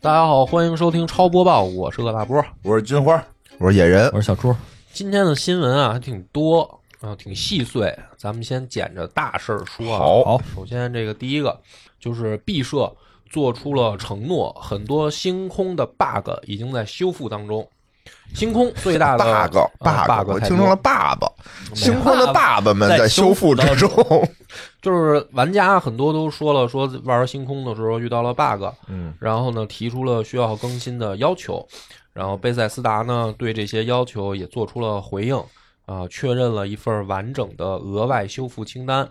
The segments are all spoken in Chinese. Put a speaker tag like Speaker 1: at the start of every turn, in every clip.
Speaker 1: 大家好，欢迎收听超播报，我是恶大波。
Speaker 2: 我是金花，
Speaker 3: 我说野人
Speaker 4: 我，是小朱，
Speaker 1: 今天的新闻啊，还挺多啊，挺细碎，咱们先捡着大事儿说啊。
Speaker 2: 好
Speaker 4: 好
Speaker 1: 首先这个第一个就是毕设做出了承诺，很多星空的 bug 已经在修复当中。星空最 大的
Speaker 2: bug
Speaker 1: 啊
Speaker 2: bug，
Speaker 1: bug
Speaker 2: 我
Speaker 1: 太
Speaker 2: 听
Speaker 1: 多
Speaker 2: 成了爸爸，
Speaker 1: 没
Speaker 2: 星空的爸 爸们在修复之中。
Speaker 1: 就是玩家很多都说了，说玩星空的时候遇到了 bug，
Speaker 2: 嗯，
Speaker 1: 然后呢提出了需要更新的要求，然后贝塞斯达呢对这些要求也做出了回应，啊、确认了一份完整的额外修复清单，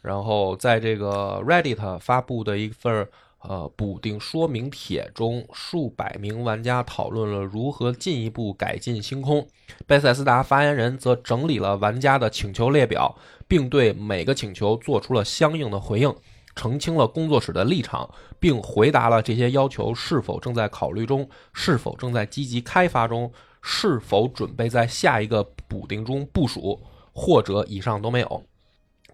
Speaker 1: 然后在这个 Reddit 发布的一份呃补丁说明帖中，数百名玩家讨论了如何进一步改进星空。贝塞斯达发言人则整理了玩家的请求列表，并对每个请求做出了相应的回应，澄清了工作室的立场，并回答了这些要求是否正在考虑中，是否正在积极开发中，是否准备在下一个补丁中部署，或者以上都没有。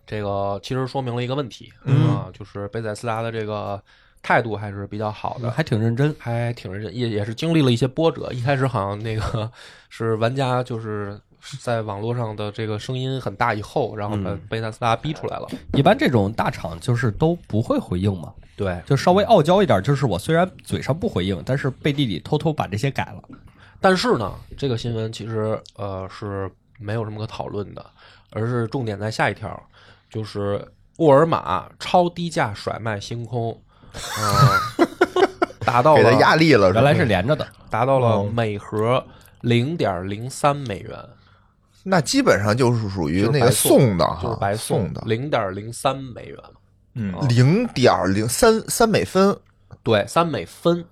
Speaker 1: 这个其实说明了一个问题，
Speaker 2: 嗯
Speaker 1: 啊，就是贝塞斯达的这个态度还是比较好的，
Speaker 4: 嗯还挺认真，
Speaker 1: 还挺认真，也也是经历了一些波折。一开始好像那个 是玩家就是在网络上的这个声音很大以后，然后
Speaker 2: 嗯
Speaker 1: 把贝塞斯达逼出来了。
Speaker 4: 一般这种大厂就是都不会回应嘛，
Speaker 1: 对，
Speaker 4: 就稍微傲娇一点，就是我虽然嘴上不回应，但是背地里偷偷把这些改了。
Speaker 1: 但是呢，这个新闻其实呃是没有什么可讨论的，而是重点在下一条，就是沃尔玛超低价甩卖星空，呃，达到
Speaker 2: 给他
Speaker 1: 了
Speaker 2: 压嗯力了，
Speaker 4: 原来是
Speaker 2: 吧
Speaker 4: 连着的，
Speaker 1: 达到了每盒零点零三美元。
Speaker 2: 那基本上就是属于
Speaker 1: 就
Speaker 2: 那
Speaker 1: 是白
Speaker 2: 个
Speaker 1: 送哦
Speaker 2: 送的
Speaker 1: 就是
Speaker 2: 哈，
Speaker 1: 白
Speaker 2: 啊送的
Speaker 1: 零点零三美元，
Speaker 2: 嗯，零点零三三美分，
Speaker 1: 对，三美分。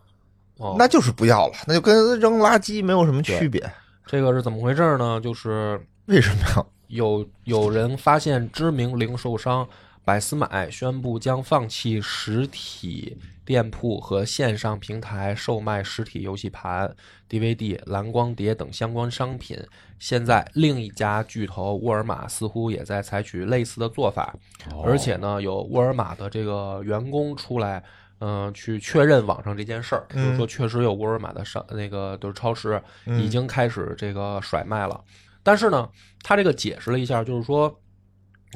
Speaker 1: 哦，
Speaker 2: 那就是不要了，那就跟扔垃圾没有什么区别。
Speaker 1: 这个是怎么回事呢？就是
Speaker 2: 为什么呀？
Speaker 1: 有有人发现知名零售商百思买宣布将放弃实体店铺和线上平台售卖实体游戏盘、DVD、蓝光碟等相关商品。现在，另一家巨头沃尔玛似乎也在采取类似的做法，而且呢，有沃尔玛的这个员工出来。嗯、去确认网上这件事儿，就是说确实有沃尔玛的商那个就是超市已经开始这个甩卖了，但是呢，他这个解释了一下，就是说，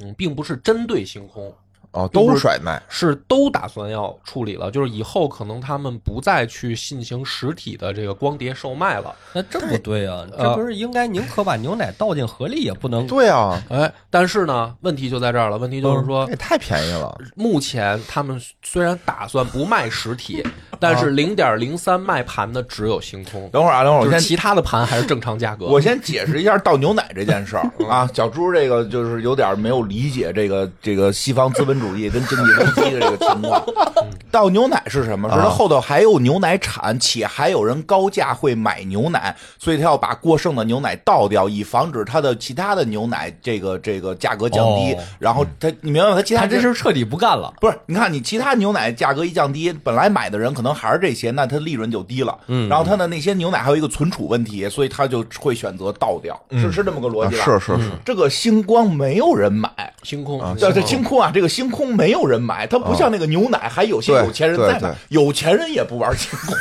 Speaker 1: 嗯，并不是针对星空，
Speaker 2: 哦，
Speaker 1: 并不
Speaker 2: 都
Speaker 1: 是
Speaker 2: 甩卖，
Speaker 1: 是都打算要处理了，就是以后可能他们不再去进行实体的这个光碟售卖了。
Speaker 4: 那这不对啊！这不是应该宁可把牛奶倒进河里，也不能
Speaker 2: 呃对啊，
Speaker 1: 哎，但是呢，问题就在这儿了，问题就是说
Speaker 5: 哦
Speaker 2: 这。也太便宜了。
Speaker 1: 目前他们虽然打算不卖实体， 但是零点零三卖盘的只有星空，
Speaker 5: 等会儿啊，等会儿
Speaker 1: 就
Speaker 5: 哦我
Speaker 1: 是
Speaker 5: 先
Speaker 1: 其他的盘还是正常价格。
Speaker 5: 我先解释一下倒牛奶这件事儿啊，小猪这个就是有点没有理解这个这个西方资本主义跟经济危机的这个情况。 倒牛奶是什么？是它后头还有牛奶产，且还有人高价会买牛奶，所以他要把过剩的牛奶倒掉，以防止它的其他的牛奶这个这个价格降低
Speaker 4: 哦。
Speaker 5: 然后他，你明白吗？他其他
Speaker 4: 他这
Speaker 5: 是。
Speaker 4: 是彻底不干了。
Speaker 5: 不是，你看你其他牛奶价格一降低，本来买的人可能还是这些，那它利润就低了。嗯，然后它的那些牛奶还有一个存储问题，所以它就会选择倒掉，是嗯是这么个逻
Speaker 2: 啊
Speaker 5: 辑吧？
Speaker 2: 是是
Speaker 1: 嗯
Speaker 2: 是，
Speaker 5: 这个星光没有人买，
Speaker 1: 星空，
Speaker 5: 这这星空啊，这个星空没有人买，它不像那个牛奶，还有些
Speaker 2: 对
Speaker 5: 有钱人在
Speaker 2: 对
Speaker 5: 买，有钱人也不玩星空。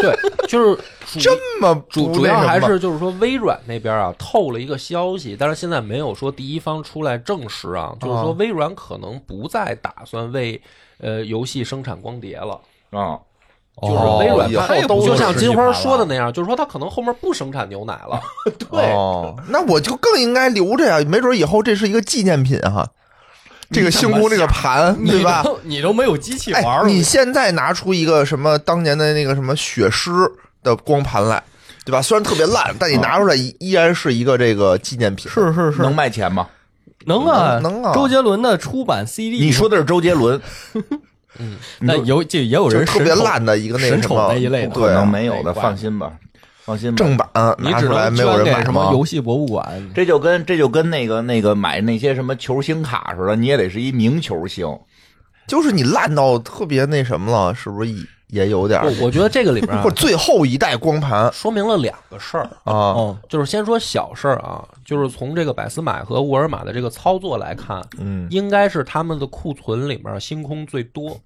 Speaker 1: 对，就是主
Speaker 2: 这么不
Speaker 1: 主主
Speaker 2: 那
Speaker 1: 要
Speaker 2: 什么
Speaker 1: 还是就是说微软那边啊透了一个消息，但是现在没有说第一方出来证实啊，就是说微软可能不再打算为呃游戏生产光碟了。
Speaker 5: 啊，
Speaker 1: 就是微软
Speaker 2: 以后
Speaker 1: 它
Speaker 4: 都
Speaker 1: 就像
Speaker 4: 是
Speaker 1: 金
Speaker 4: 实体
Speaker 1: 花
Speaker 4: 盘了
Speaker 1: 说的那样，就是说它可能后面不生产牛奶了。
Speaker 5: 对，
Speaker 2: 哦，那我就更应该留着呀，没准以后这是一个纪念品哈。这个星空这个盘，对吧？
Speaker 4: 你都没有机器玩
Speaker 2: 哎，
Speaker 4: 了，
Speaker 2: 你现在拿出一个什么当年的那个什么血狮的光盘来，对吧？虽然特别烂，但你拿出来依依然是一个这个纪念品。是是，
Speaker 5: 能卖钱吗？
Speaker 4: 能啊
Speaker 2: 能能啊
Speaker 4: 周杰伦的出版 CD，
Speaker 5: 你说的是周杰伦，
Speaker 4: 那有就也有
Speaker 2: 就
Speaker 4: 人
Speaker 2: 特别
Speaker 4: 神丑
Speaker 2: 烂的一个那个
Speaker 4: 神
Speaker 2: 什
Speaker 4: 丑
Speaker 2: 么
Speaker 4: 那一类的
Speaker 5: 可
Speaker 2: 对啊，
Speaker 5: 能没有
Speaker 4: 那一
Speaker 5: 的，
Speaker 4: 块
Speaker 5: 放心吧，放心吧。
Speaker 2: 正版
Speaker 4: 你
Speaker 2: 拿
Speaker 4: 只
Speaker 2: 出来
Speaker 4: 能
Speaker 2: 没有
Speaker 4: 捐
Speaker 2: 人
Speaker 4: 给
Speaker 2: 买啊
Speaker 4: 什么
Speaker 2: 吗？
Speaker 4: 游戏博物 馆？
Speaker 5: 这就跟这就跟那个那个买那些什么球星卡似的，你也得是一名球星。
Speaker 2: 就是你烂到特别那什么了，是不是也也有点 儿？
Speaker 4: 哦
Speaker 1: 我我觉得这个里 面啊
Speaker 2: 或者最后一代光盘
Speaker 1: 说明了两个事儿，
Speaker 2: 啊，
Speaker 4: 哦，
Speaker 1: 就是先说小事儿啊，就是从这个百思买和沃尔玛的这个操作来看，
Speaker 2: 嗯，
Speaker 1: 应该是他们的库存里面星空最多。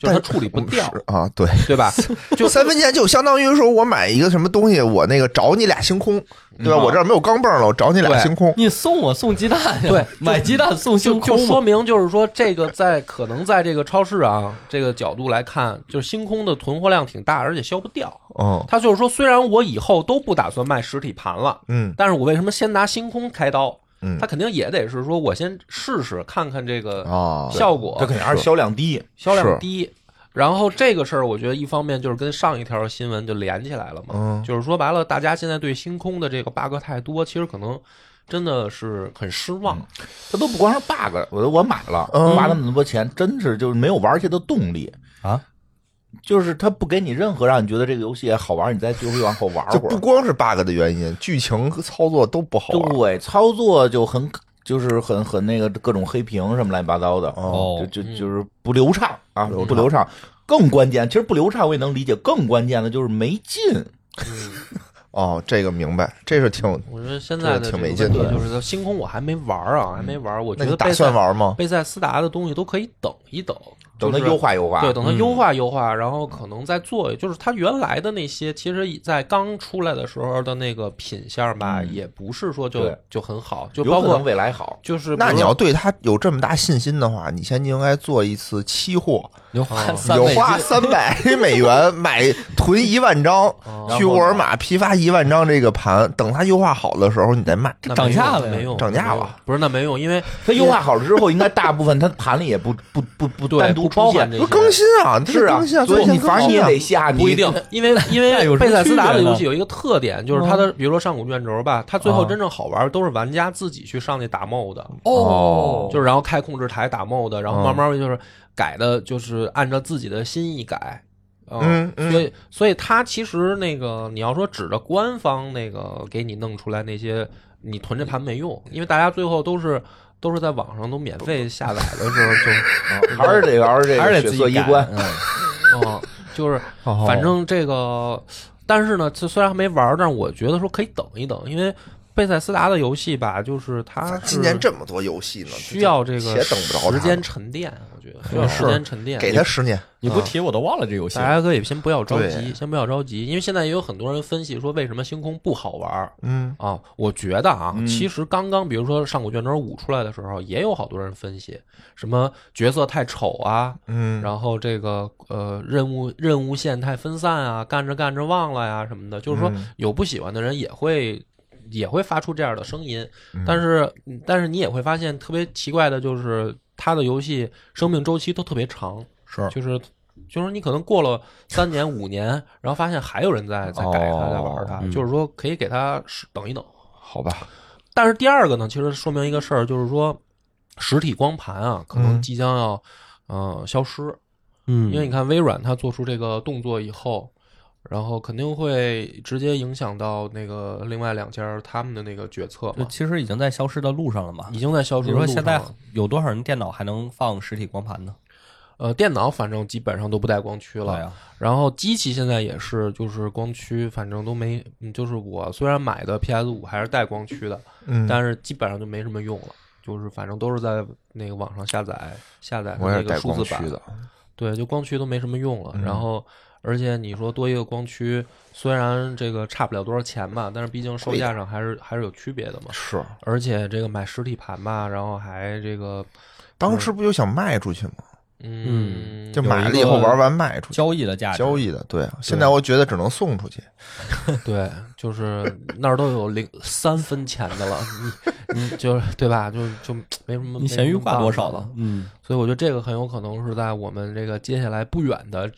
Speaker 1: 就是它处理不
Speaker 2: 嗯
Speaker 1: 掉，
Speaker 2: 是啊，对，
Speaker 1: 对 吧？
Speaker 2: 就三分钱就相当于说我买一个什么东西，我那个找你俩星空，对吧？
Speaker 1: 嗯
Speaker 2: 我这儿没有钢镚了，我找你俩
Speaker 1: 对
Speaker 2: 星空。
Speaker 4: 你送我送鸡蛋呀，
Speaker 1: 对
Speaker 4: 买鸡蛋送
Speaker 1: 就
Speaker 4: 星
Speaker 1: 就
Speaker 4: 空嘛
Speaker 1: 说明就是说，这个在可能在这个超市啊这个角度来看，就是星空的囤货量挺大，而且消不掉。
Speaker 2: 嗯
Speaker 1: 他就是说，虽然我以后都不打算卖实体盘了，
Speaker 2: 嗯
Speaker 1: 但是我为什么先拿星空开刀？
Speaker 2: 嗯
Speaker 1: 他肯定也得是说我先试试看看这个
Speaker 2: 啊，
Speaker 1: 效果，
Speaker 5: 它肯定还是销量低，
Speaker 1: 销
Speaker 2: 是
Speaker 1: 量低。然后这个事儿，我觉得一方面就是跟上一条新闻就连起来了嘛，
Speaker 2: 嗯
Speaker 1: 就是说白了，大家现在对星空的这个 bug 太多，其实可能真的是很失望。
Speaker 5: 它都不光是 bug，我我买了，
Speaker 2: 嗯
Speaker 5: 花了那么多钱，真是就是没有玩下去的动力。
Speaker 4: 啊，
Speaker 5: 就是它不给你任何让你觉得这个游戏好玩，你再继续往后玩
Speaker 2: 就
Speaker 5: 会
Speaker 2: 不
Speaker 5: 儿。
Speaker 2: 光是 bug 的原因，剧情和操作都不好啊玩。
Speaker 5: 对，操作就很就是很很那个各种黑屏什么乱七八糟的，
Speaker 4: 哦
Speaker 5: 就就
Speaker 1: 嗯
Speaker 5: 就是不流畅啊，不流畅。更关键，其实不流畅我也能理解，更关键的就是没劲。
Speaker 2: 哦，这个明白，这是挺。
Speaker 1: 我觉得现在的
Speaker 2: 这
Speaker 1: 这个
Speaker 2: 个挺没
Speaker 1: 问
Speaker 2: 劲的
Speaker 1: 题就是说星空我还没玩儿啊，还没玩儿。我觉
Speaker 2: 那你
Speaker 1: 得
Speaker 2: 打
Speaker 1: 贝塞
Speaker 2: 算玩吗？
Speaker 1: 贝塞斯达的东西都可以等一等，
Speaker 5: 等它
Speaker 1: 就是
Speaker 5: 优化优化，
Speaker 1: 对，等它优化优化，然后可能再做，就是它原来的那些，其实在刚出来的时候的那个品相吧，
Speaker 5: 嗯
Speaker 1: 也不是说就
Speaker 5: 对
Speaker 1: 就很好，就
Speaker 5: 有
Speaker 1: 包
Speaker 5: 可能
Speaker 1: 括
Speaker 5: 未来好。
Speaker 1: 就是
Speaker 2: 那
Speaker 1: 比如
Speaker 2: 你
Speaker 1: 说
Speaker 2: 要对它有这么大信心的话，你先应该做一次期货，
Speaker 4: 有
Speaker 1: 哦
Speaker 4: 花 三
Speaker 2: 有
Speaker 4: 美
Speaker 2: 花
Speaker 4: 金
Speaker 2: 三百美元买囤一万张，去沃尔玛批发一万张这个盘，等它优化好的时候你再卖。
Speaker 1: 那
Speaker 4: 涨
Speaker 1: 没
Speaker 4: 价
Speaker 1: 用
Speaker 4: 了呀
Speaker 1: 没用
Speaker 2: 涨价
Speaker 1: 没用
Speaker 2: 了
Speaker 1: 不是那没用，因为
Speaker 5: 它优化好了之后，应该大部分它盘里也不不不不
Speaker 1: 对
Speaker 5: 单独
Speaker 1: 不
Speaker 5: 出
Speaker 1: 包
Speaker 5: 现
Speaker 1: 含这
Speaker 2: 不
Speaker 1: 些
Speaker 2: 更新啊，它
Speaker 5: 是啊
Speaker 2: 更新啊，，
Speaker 5: 所以
Speaker 2: 最
Speaker 5: 你
Speaker 2: 近更
Speaker 5: 反正你
Speaker 2: 新
Speaker 5: 也
Speaker 2: 啊
Speaker 5: 得下，你
Speaker 1: 不一定， 因为因
Speaker 4: 那
Speaker 1: 为
Speaker 4: 有什么
Speaker 1: 贝塞斯达
Speaker 4: 区
Speaker 1: 的
Speaker 4: 别呢嗯
Speaker 1: 游戏有一个特点，就是它的比如说上古卷轴吧，它最后
Speaker 4: 啊
Speaker 1: 真正好玩都是玩家自己去上去打 MOD 的。
Speaker 4: 哦，嗯
Speaker 1: 就是然后开控制台打 mod，然后慢慢就是改的，就是按照自己的心意改。
Speaker 2: 嗯嗯
Speaker 1: 所以所以它其实那个你要说指着官方那个给你弄出来那些，你囤这盘没用，因为大家最后都是都是在网上都免费下载的时候
Speaker 5: 还是得玩这
Speaker 4: 还
Speaker 5: 个
Speaker 4: 是
Speaker 5: 血
Speaker 4: 得自
Speaker 5: 色
Speaker 4: 己
Speaker 5: 衣
Speaker 4: 改
Speaker 5: 冠。
Speaker 4: 嗯
Speaker 1: 就啊、就是
Speaker 4: 哦
Speaker 1: 反正这个，但是呢，这虽然还没玩儿，但是我觉得说可以等一等，因为贝塞斯达的游戏吧，就是它
Speaker 2: 啊今年
Speaker 1: 是
Speaker 2: 这么多游戏呢，
Speaker 1: 需要这
Speaker 2: 且
Speaker 1: 个
Speaker 2: 等不着它
Speaker 1: 时间沉淀，我觉得需要时间沉淀，
Speaker 2: 给他十年，
Speaker 4: 你不提我都忘了这游戏
Speaker 1: 大。家可以先不要着
Speaker 2: 对
Speaker 1: 急，先不要着急，因为现在也有很多人分析说为什么星空不好玩儿
Speaker 2: 嗯
Speaker 1: 啊。我觉得啊，其实刚刚比如说《上古卷轴五》出来的时候，也有好多人分析什么角色太丑啊，
Speaker 2: 嗯，
Speaker 1: 然后这个呃任务任务线太分散啊，干着干着忘了呀什么的，就是说
Speaker 2: 嗯
Speaker 1: 有不喜欢的人也会。也会发出这样的声音，
Speaker 2: 嗯
Speaker 1: 但是嗯但是你也会发现特别奇怪的，就是它的游戏生命周期都特别长，
Speaker 4: 是
Speaker 1: 就是就是你可能过了三年五年，然后发现还有人在在改它，在玩它，
Speaker 4: 嗯
Speaker 1: 就是说可以给它是等一等。
Speaker 2: 哦好吧，
Speaker 1: 但是第二个呢，其实说明一个事儿，就是说实体光盘啊，可能
Speaker 2: 嗯
Speaker 1: 即将要嗯、呃消失，
Speaker 4: 嗯
Speaker 1: 因为你看微软它做出这个动作以后。然后肯定会直接影响到那个另外两家儿他们的那个决策
Speaker 4: 就
Speaker 1: 嘛，
Speaker 4: 其实已经在消失的路上了嘛
Speaker 1: 已。经在消失
Speaker 4: 你
Speaker 1: 的路上了。
Speaker 4: 说现在有多少人电脑还能放实体光盘呢？
Speaker 1: 呃，电脑反正基本上都不带光驱
Speaker 4: 对啊
Speaker 1: 了，
Speaker 2: 啊
Speaker 4: 呀，
Speaker 1: 然后机器现在也是，就是光驱，反正都没，嗯就是我虽然买的 PS 五还是带光驱的，
Speaker 2: 嗯，
Speaker 1: 但是基本上就没什么用了，就是反正都是在那个网上下载下载它
Speaker 2: 我也
Speaker 1: 那
Speaker 2: 是带
Speaker 1: 个数
Speaker 2: 光
Speaker 1: 字
Speaker 2: 驱
Speaker 1: 版，
Speaker 2: 的，
Speaker 1: 对，就光驱都没什么用了。
Speaker 2: 嗯
Speaker 1: 然后，而且你说多一个光驱，虽然这个差不了多少钱吧，但是毕竟售
Speaker 2: 贵点
Speaker 1: 价上还是还是有区别的嘛。
Speaker 2: 是
Speaker 1: 而且这个买实体盘吧，然后还这个，
Speaker 2: 当时不就想卖出去吗？
Speaker 1: 嗯，
Speaker 2: 就
Speaker 1: 有
Speaker 2: 买
Speaker 1: 一
Speaker 2: 了
Speaker 1: 个
Speaker 2: 以后玩完卖出去，
Speaker 4: 交易的价值，
Speaker 2: 交易的，对啊。现在我觉得只能送出去，
Speaker 1: 对， 就是那儿都有零三分钱的了，你你就是对吧？就就没什么。
Speaker 4: 你闲鱼挂多少
Speaker 1: 了
Speaker 4: 了？？嗯，
Speaker 1: 所以我觉得这个很有可能是在我们这个接下来不远的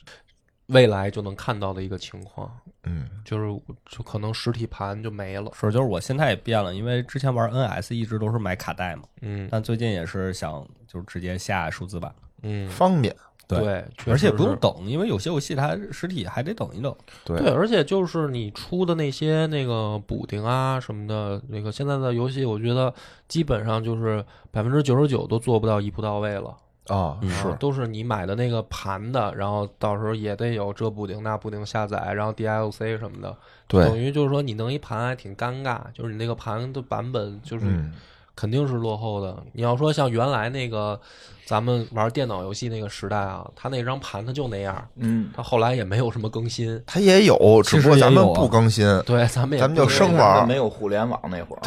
Speaker 1: 未来就能看到的一个情况，
Speaker 2: 嗯，
Speaker 1: 就是就可能实体盘就没了。
Speaker 4: 是，就是我心态也变了，因为之前玩 NS 一直都是买卡带嘛，
Speaker 1: 嗯
Speaker 4: 但最近也是想就是直接下数字版，
Speaker 1: 嗯，
Speaker 2: 方便，
Speaker 4: 对
Speaker 1: 对，确
Speaker 4: 而且
Speaker 1: 实
Speaker 4: 不
Speaker 1: 是啊
Speaker 4: 用等，因为有些游戏它实体还得等一等。
Speaker 2: 对
Speaker 1: 对，而且就是你出的那些那个补丁啊什么的，那个现在的游戏，我觉得基本上就是百分之九十九都做不到一步到位了。
Speaker 2: 啊，
Speaker 1: 啊
Speaker 2: 是
Speaker 1: 都是你买的那个盘的，然后到时候也得有这补丁那补丁下载，然后 DLC 什么的，
Speaker 2: 对，
Speaker 1: 等于就是说你弄一盘还挺尴尬，就是你那个盘的版本就是
Speaker 2: 嗯，
Speaker 1: 肯定是落后的。你要说像原来那个咱们玩电脑游戏那个时代啊，它那张盘它就那样，
Speaker 5: 嗯，
Speaker 1: 它后来也没有什么更新。
Speaker 2: 它也有，只不过咱
Speaker 1: 啊
Speaker 2: 们不更新。
Speaker 1: 对，咱们也
Speaker 2: 咱们就
Speaker 1: 不
Speaker 2: 生玩儿
Speaker 5: 没有互联网那 会儿，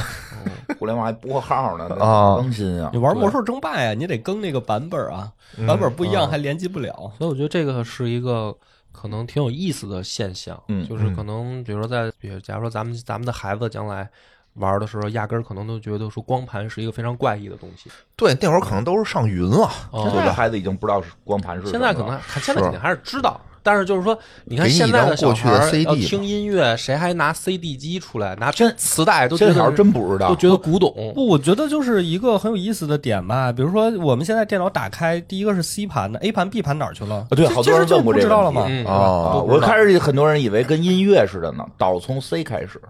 Speaker 5: 互联网还拨号呢，
Speaker 2: 啊
Speaker 5: 更新啊
Speaker 4: 你，玩魔兽争霸呀，你得更那个版本啊，
Speaker 1: 嗯
Speaker 4: 版本不一样还联机不了。
Speaker 1: 所以我觉得这个是一个可能挺有意思的现象，
Speaker 5: 嗯
Speaker 1: 就是可能比如说在，比如假如说咱们咱们的孩子将来玩的时候，压根儿可能都觉得说光盘是一个非常怪异的东西，
Speaker 2: 对，那会儿可能都是上云了，
Speaker 1: 哦
Speaker 5: 现在孩子已经不知道是光盘是什
Speaker 1: 现
Speaker 5: 么了
Speaker 1: 在可能还现在肯定还是知道，但是就是说，你看
Speaker 2: 给你
Speaker 1: 现在
Speaker 2: 一
Speaker 1: 的
Speaker 2: 张
Speaker 1: 小
Speaker 2: 过去
Speaker 1: 孩
Speaker 2: 的
Speaker 1: 儿
Speaker 2: CD
Speaker 1: 要听音乐，谁还拿 CD 机出来拿
Speaker 5: 真
Speaker 1: 磁带都觉
Speaker 5: 现
Speaker 1: 得
Speaker 5: 在小孩
Speaker 1: 是
Speaker 5: 真不知道
Speaker 1: 都，觉得古董，
Speaker 4: 不，我觉得就是一个很有意思的点吧。比如说，我们现在电脑打开，第一个是 C 盘的，A 盘、B 盘哪儿去了？
Speaker 5: 啊对
Speaker 4: 这
Speaker 5: 好多人
Speaker 4: 这
Speaker 5: 问过
Speaker 4: 这
Speaker 5: 这
Speaker 4: 就不知道
Speaker 5: 个
Speaker 4: 了
Speaker 5: 问题
Speaker 1: 嗯
Speaker 4: 吗？
Speaker 2: 哦
Speaker 5: 啊，我开始很多人以为跟音乐似的呢，导从 C 开 始，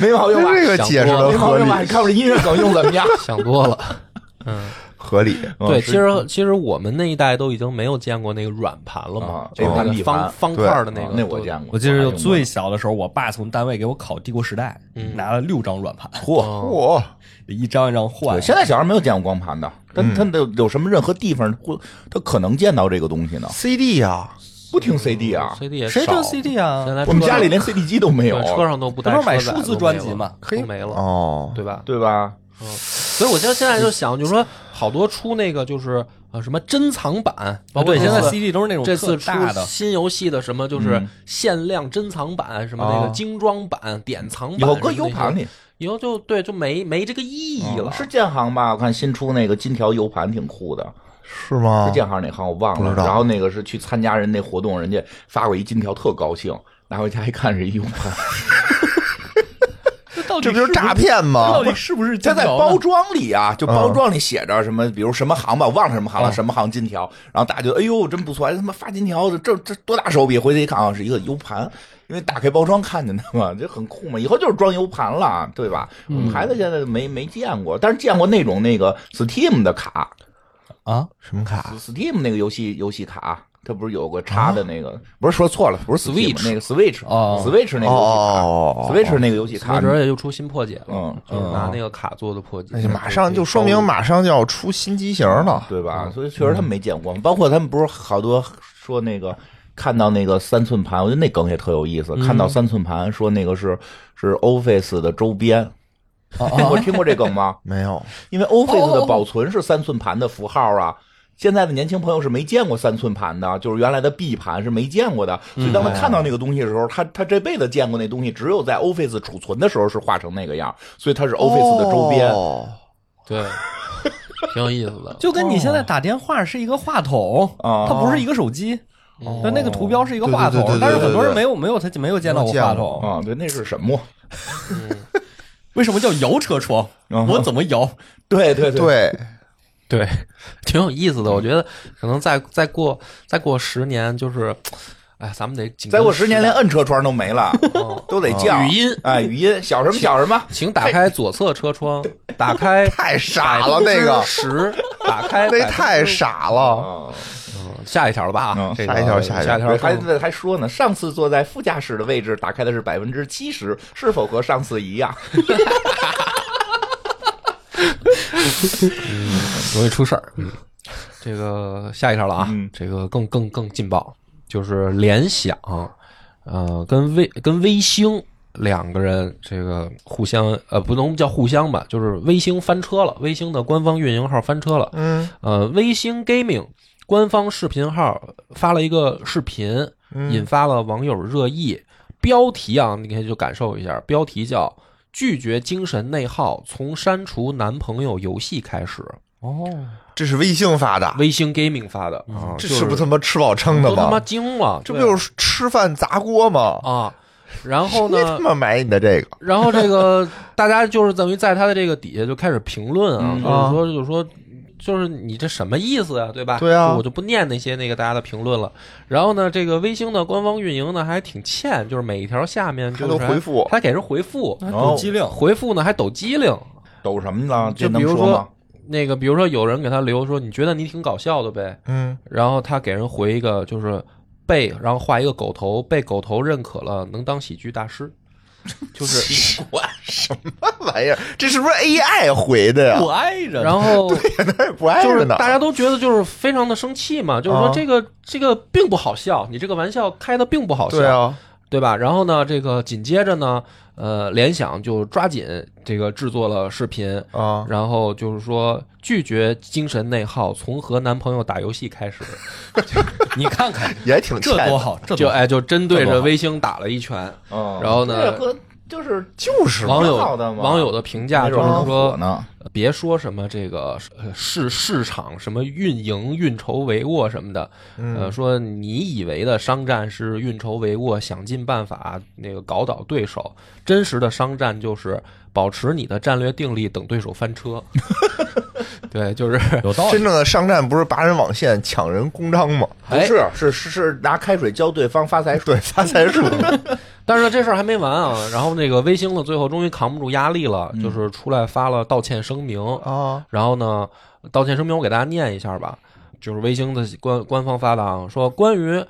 Speaker 5: 没 毛病吧？
Speaker 2: 这个
Speaker 1: 想
Speaker 2: 解释
Speaker 1: 多
Speaker 2: 的
Speaker 5: 没毛
Speaker 2: 合
Speaker 5: 病
Speaker 2: 理
Speaker 5: 吧？你看我这音乐梗用怎么 样？
Speaker 1: 想多了。
Speaker 2: 合理。啊
Speaker 1: 对，
Speaker 5: 啊是
Speaker 1: 其实其实我们那一代都已经没有见过那个软盘了嘛
Speaker 5: 啊，
Speaker 1: 就是那
Speaker 5: A 盘
Speaker 1: 个
Speaker 5: B
Speaker 1: 方
Speaker 5: 盘
Speaker 1: 方块儿的那
Speaker 5: 啊
Speaker 1: 个，
Speaker 5: 那
Speaker 1: 都
Speaker 5: 我见过，
Speaker 4: 我记得
Speaker 5: 还
Speaker 4: 就
Speaker 5: 用过
Speaker 4: 最小的时候，我爸从单位给我考《帝国时代》，拿了六张软盘，嚯，
Speaker 1: 哦
Speaker 2: 嚯，
Speaker 4: 一张一张换
Speaker 5: 对，。现在小孩没有见过光盘的，他
Speaker 1: 嗯
Speaker 5: 他的有什么任何地方或他可能见到这个东西呢？
Speaker 2: CD 呀，
Speaker 5: 不听 CD 啊，
Speaker 1: ，CD 也
Speaker 4: 谁
Speaker 1: 少
Speaker 4: 听 CD 啊？
Speaker 1: 现在
Speaker 5: 我
Speaker 1: 嗯
Speaker 5: 们
Speaker 1: 车
Speaker 5: 家里
Speaker 1: 上
Speaker 5: 连 CD 机都没有，
Speaker 1: 对车上都不带
Speaker 4: 他不是买
Speaker 1: 车载
Speaker 4: 数字
Speaker 1: 都没
Speaker 4: 专辑
Speaker 1: 了
Speaker 4: 嘛
Speaker 1: 都没了，
Speaker 2: 哦，
Speaker 1: 对吧？
Speaker 5: 对吧？
Speaker 1: 所以我现在现在就想，就是说好多出那个就是呃什么珍藏版，包括
Speaker 4: 对，
Speaker 1: 这
Speaker 4: 现在
Speaker 1: 次
Speaker 4: CD 都是那种
Speaker 1: 这次
Speaker 4: 特
Speaker 1: 出
Speaker 4: 大的，
Speaker 1: 新游戏的什么就是
Speaker 5: 嗯
Speaker 1: 限量珍藏版，什么那个
Speaker 2: 哦
Speaker 1: 精装版、典藏版，
Speaker 5: 有个 U 盘，里
Speaker 1: 以后就对就没没这个意义了。
Speaker 5: 是建行吧？我看新出那个金条 U 盘挺酷的，
Speaker 2: 是吗
Speaker 1: 哦
Speaker 5: 是？建行哪行我忘
Speaker 2: 不
Speaker 5: 了。
Speaker 2: 知道
Speaker 5: 然后那个是去参加人那活动，人家发过一金条，特高兴，拿回家一看是一 U 盘，
Speaker 4: 这到底
Speaker 2: 这不就是
Speaker 4: 是
Speaker 2: 诈？骗
Speaker 4: 这
Speaker 2: 吗
Speaker 4: 到？底是不是
Speaker 5: 它
Speaker 4: 金
Speaker 5: 在
Speaker 4: 条呢
Speaker 5: 包装里啊，就包装里写着什么，比如什么行吧，忘了什么
Speaker 4: 啊
Speaker 5: 行了，什么行金条，然后大家觉得哎呦真不错，哎他妈发金条，这这多大手笔？回去一看啊，是一个 U 盘。因为打开包装看见的嘛，这很酷嘛，以后就是装 U 盘了，对吧？
Speaker 4: 嗯
Speaker 5: 我们孩子现在没没见过，但是见过那种那个 Steam 的卡，
Speaker 4: 啊？
Speaker 2: 什么卡？
Speaker 5: Steam 那个游戏游戏卡，它不是有个插的那个？不是说错了，不是 Steam,
Speaker 1: Switch
Speaker 5: 那个 Switch，Switch、
Speaker 4: 啊哦
Speaker 5: Switch 那个游戏卡、
Speaker 2: 哦
Speaker 5: s w i t c h 那个游戏卡
Speaker 1: 那，时候也就出新破解了，
Speaker 5: 嗯，
Speaker 1: 就是拿那个卡做的破解
Speaker 2: 哎，呀，马上就说明马上就要出新机型了。
Speaker 5: 对吧？所以确实他们没见过，包括他们不是好多说那个。看到那个三寸盘，我觉得那梗也特有意思。看到三寸盘，说那个是是 Office 的周边， 我听过这梗吗？
Speaker 2: 没有，
Speaker 5: 因为 Office 的保存是三寸盘的符号啊。现在的年轻朋友是没见过三寸盘的，就是原来的 B 盘是没见过的，所以当他看到那个东西的时候，他他这辈子见过那东西，只有在 Office 储存的时候是画成那个样，所以它是 Office 的周边。
Speaker 2: 哦
Speaker 1: 对，挺有意思的。
Speaker 4: 就跟你现在打电话是一个话筒，
Speaker 5: 哦
Speaker 4: 它不是一个手机，就那个图标是一个话筒
Speaker 2: 对对对对对，
Speaker 4: 但是很多人
Speaker 2: 对
Speaker 4: 没有没有他没有见到过话
Speaker 2: 没有见
Speaker 4: 筒，
Speaker 5: 啊、对，那是什么？
Speaker 4: 为什么叫摇车窗？
Speaker 5: 嗯
Speaker 4: 我怎么摇？
Speaker 5: 对对对，
Speaker 2: 对，
Speaker 1: 对，挺有意思的。我觉得可能再再过再过十年，就是，哎，咱们得紧
Speaker 5: 再过
Speaker 1: 跟
Speaker 5: 十
Speaker 1: 时
Speaker 5: 年
Speaker 1: 代
Speaker 5: 连摁车窗都没了， 都得叫
Speaker 1: 哦语音
Speaker 5: 哎，语音小什么小什么，
Speaker 1: 请打开左侧车窗，打开
Speaker 2: 太傻了，那个
Speaker 1: 十，打开
Speaker 2: 那太傻了。
Speaker 5: 啊，
Speaker 1: 嗯下一条了吧？啊
Speaker 5: 嗯，
Speaker 1: 这个
Speaker 2: 下一条下一条
Speaker 1: 下一条
Speaker 5: 还
Speaker 1: 更
Speaker 5: 还说呢，上次坐在副驾驶的位置，打开的是百分之七十，是否和上次一样？
Speaker 1: 容易出事儿。嗯，这个下一条了啊
Speaker 5: 嗯，
Speaker 1: 这个更更更劲爆，就是联想，呃，跟微跟微星两个人这个互相呃，不能叫互相吧，就是微星翻车了，微星的官方运营号翻车了。
Speaker 2: 嗯
Speaker 1: 呃，微星 Gaming 官方视频号发了一个视频，引发了网友热议。标题啊，你可以就感受一下，标题叫“拒绝精神内耗，从删除男朋友游戏开始
Speaker 4: 哦，
Speaker 2: 这是微信发的”。，
Speaker 1: 微星 Gaming 发的啊，
Speaker 2: 嗯这
Speaker 1: 就是
Speaker 2: 不他妈吃饱撑的
Speaker 1: 都他妈
Speaker 2: 吗？
Speaker 1: 惊了，
Speaker 2: 这不
Speaker 1: 对
Speaker 2: 就是吃饭砸锅吗？
Speaker 1: 啊？然后
Speaker 2: 谁
Speaker 1: 呢
Speaker 2: 他？妈买你的这个？
Speaker 1: 然后这个大家就是等于在他的这个底下就开始评论啊，
Speaker 5: 嗯
Speaker 1: 就是说就是说就是你这什么意思呀、对吧？
Speaker 2: 对啊
Speaker 1: 就我就不念那些那个大家的评论了。然后呢，这个微星的官方运营呢还挺欠，就是每一条下面就是
Speaker 2: 他都回复
Speaker 1: 还他给人回复，
Speaker 4: 那抖机灵，
Speaker 1: 回复呢还抖机灵。
Speaker 5: 抖什么呢？这
Speaker 1: 就比
Speaker 5: 能
Speaker 1: 如
Speaker 5: 说吗
Speaker 1: 说？那个，比如说有人给他留说你觉得你挺搞笑的呗，
Speaker 2: 嗯，
Speaker 1: 然后他给人回一个就是被，然后画一个狗头，被狗头认可了，能当喜剧大师。就是
Speaker 2: 奇怪，什么玩意儿？这是不是 AI 回的呀？
Speaker 4: 不挨着。
Speaker 1: 然后
Speaker 2: 那不挨
Speaker 1: 就是
Speaker 2: 着呢。
Speaker 1: 大家都觉得就是非常的生气嘛，就是说
Speaker 2: 啊
Speaker 1: 这个、这个并不好笑，你这个玩笑开的并不好笑，
Speaker 2: 对啊，
Speaker 1: 对吧？然后呢，这个紧接着呢，呃，联想就抓紧这个制作了视频，
Speaker 2: 啊，
Speaker 1: 然后就是说拒绝精神内耗，从和男朋友打游戏开始，
Speaker 4: 你看 看，
Speaker 2: 也挺欠
Speaker 4: 这多
Speaker 2: 的，
Speaker 4: 好，这
Speaker 1: 就
Speaker 4: 多好
Speaker 1: 哎就针对着微星打了一拳，
Speaker 5: 嗯
Speaker 1: 然后呢
Speaker 5: 这和就是
Speaker 2: 就是嘛
Speaker 1: 网友
Speaker 5: 挺好的嘛
Speaker 1: 网友的评价
Speaker 5: 没
Speaker 1: 就
Speaker 5: 准
Speaker 1: 是
Speaker 5: 儿能
Speaker 1: 说
Speaker 5: 火呢，
Speaker 1: 别说什么这个呃市市场什么运营、运筹帷幄什么的，呃，说你以为的商战是运筹帷幄，想尽办法那个搞倒对手，真实的商战就是保持你的战略定力，等对手翻车。 对，就是
Speaker 4: 有道理
Speaker 2: 真。正的上战不是拔人网线、抢人公章吗？
Speaker 1: 哎
Speaker 5: 不是是是是拿开水浇对方发财水，
Speaker 2: 对，发财 树
Speaker 1: 但是呢，这事儿还没完啊。然后那个微星呢，最后终于扛不住压力了，就是出来发了道歉声明。
Speaker 2: 啊，
Speaker 1: 然后呢，道歉声明我给大家念一下吧，就是微星的官官方发的啊，说关于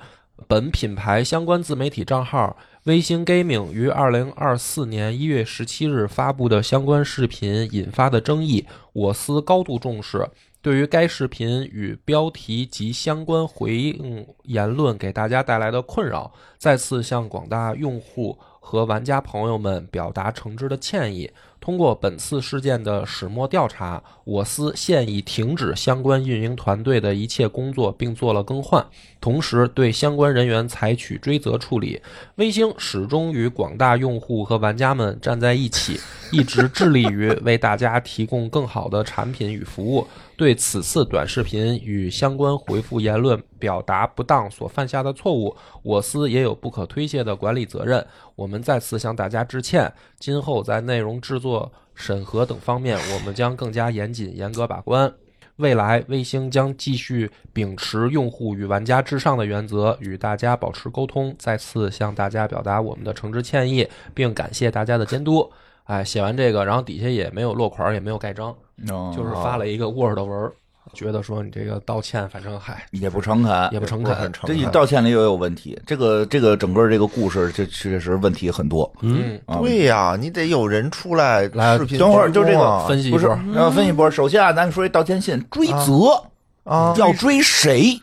Speaker 1: 本品牌相关自媒体账号微星 Gaming 于二零二四年一月十七日发布的相关视频引发的争议，我司高度重视。对于该视频与标题及相关回应言论给大家带来的困扰，再次向广大用户和玩家朋友们表达诚挚的歉意。通过本次事件的始末调查，我司现已停止相关运营团队的一切工作，并做了更换，同时对相关人员采取追责处理。微星始终与广大用户和玩家们站在一起，一直致力于为大家提供更好的产品与服务。对此次短视频与相关回复言论表达不当所犯下的错误，我司也有不可推卸的管理责任。我们再次向大家致歉，今后在内容制作、审核等方面，我们将更加严谨、严格把关。未来，卫星将继续秉持用户与玩家至上的原则，与大家保持沟通。再次向大家表达我们的诚挚歉意，并感谢大家的监督。哎，写完这个，然后底下也没有落款，也没有盖章，
Speaker 5: 就
Speaker 1: 就是发了一个 Word 文儿，觉得说你这个道歉，反正嗨
Speaker 5: 也哎不诚恳，
Speaker 1: 也不诚
Speaker 2: 我哦很
Speaker 1: 恳。
Speaker 2: 诚
Speaker 5: 这你
Speaker 2: 恳
Speaker 5: 道歉里也有问题，这个这个整个这个故事，这确实问题很多。
Speaker 1: 嗯，
Speaker 5: 啊
Speaker 2: 对呀，你得有人出来
Speaker 1: 来
Speaker 2: 视频
Speaker 5: 等会儿就这个
Speaker 2: 公啊
Speaker 1: 分析一
Speaker 5: 不是
Speaker 1: 波，
Speaker 5: 然后分析波，首先啊，咱们说一道歉信，追责
Speaker 1: 嗯
Speaker 2: 啊，
Speaker 5: 要追谁？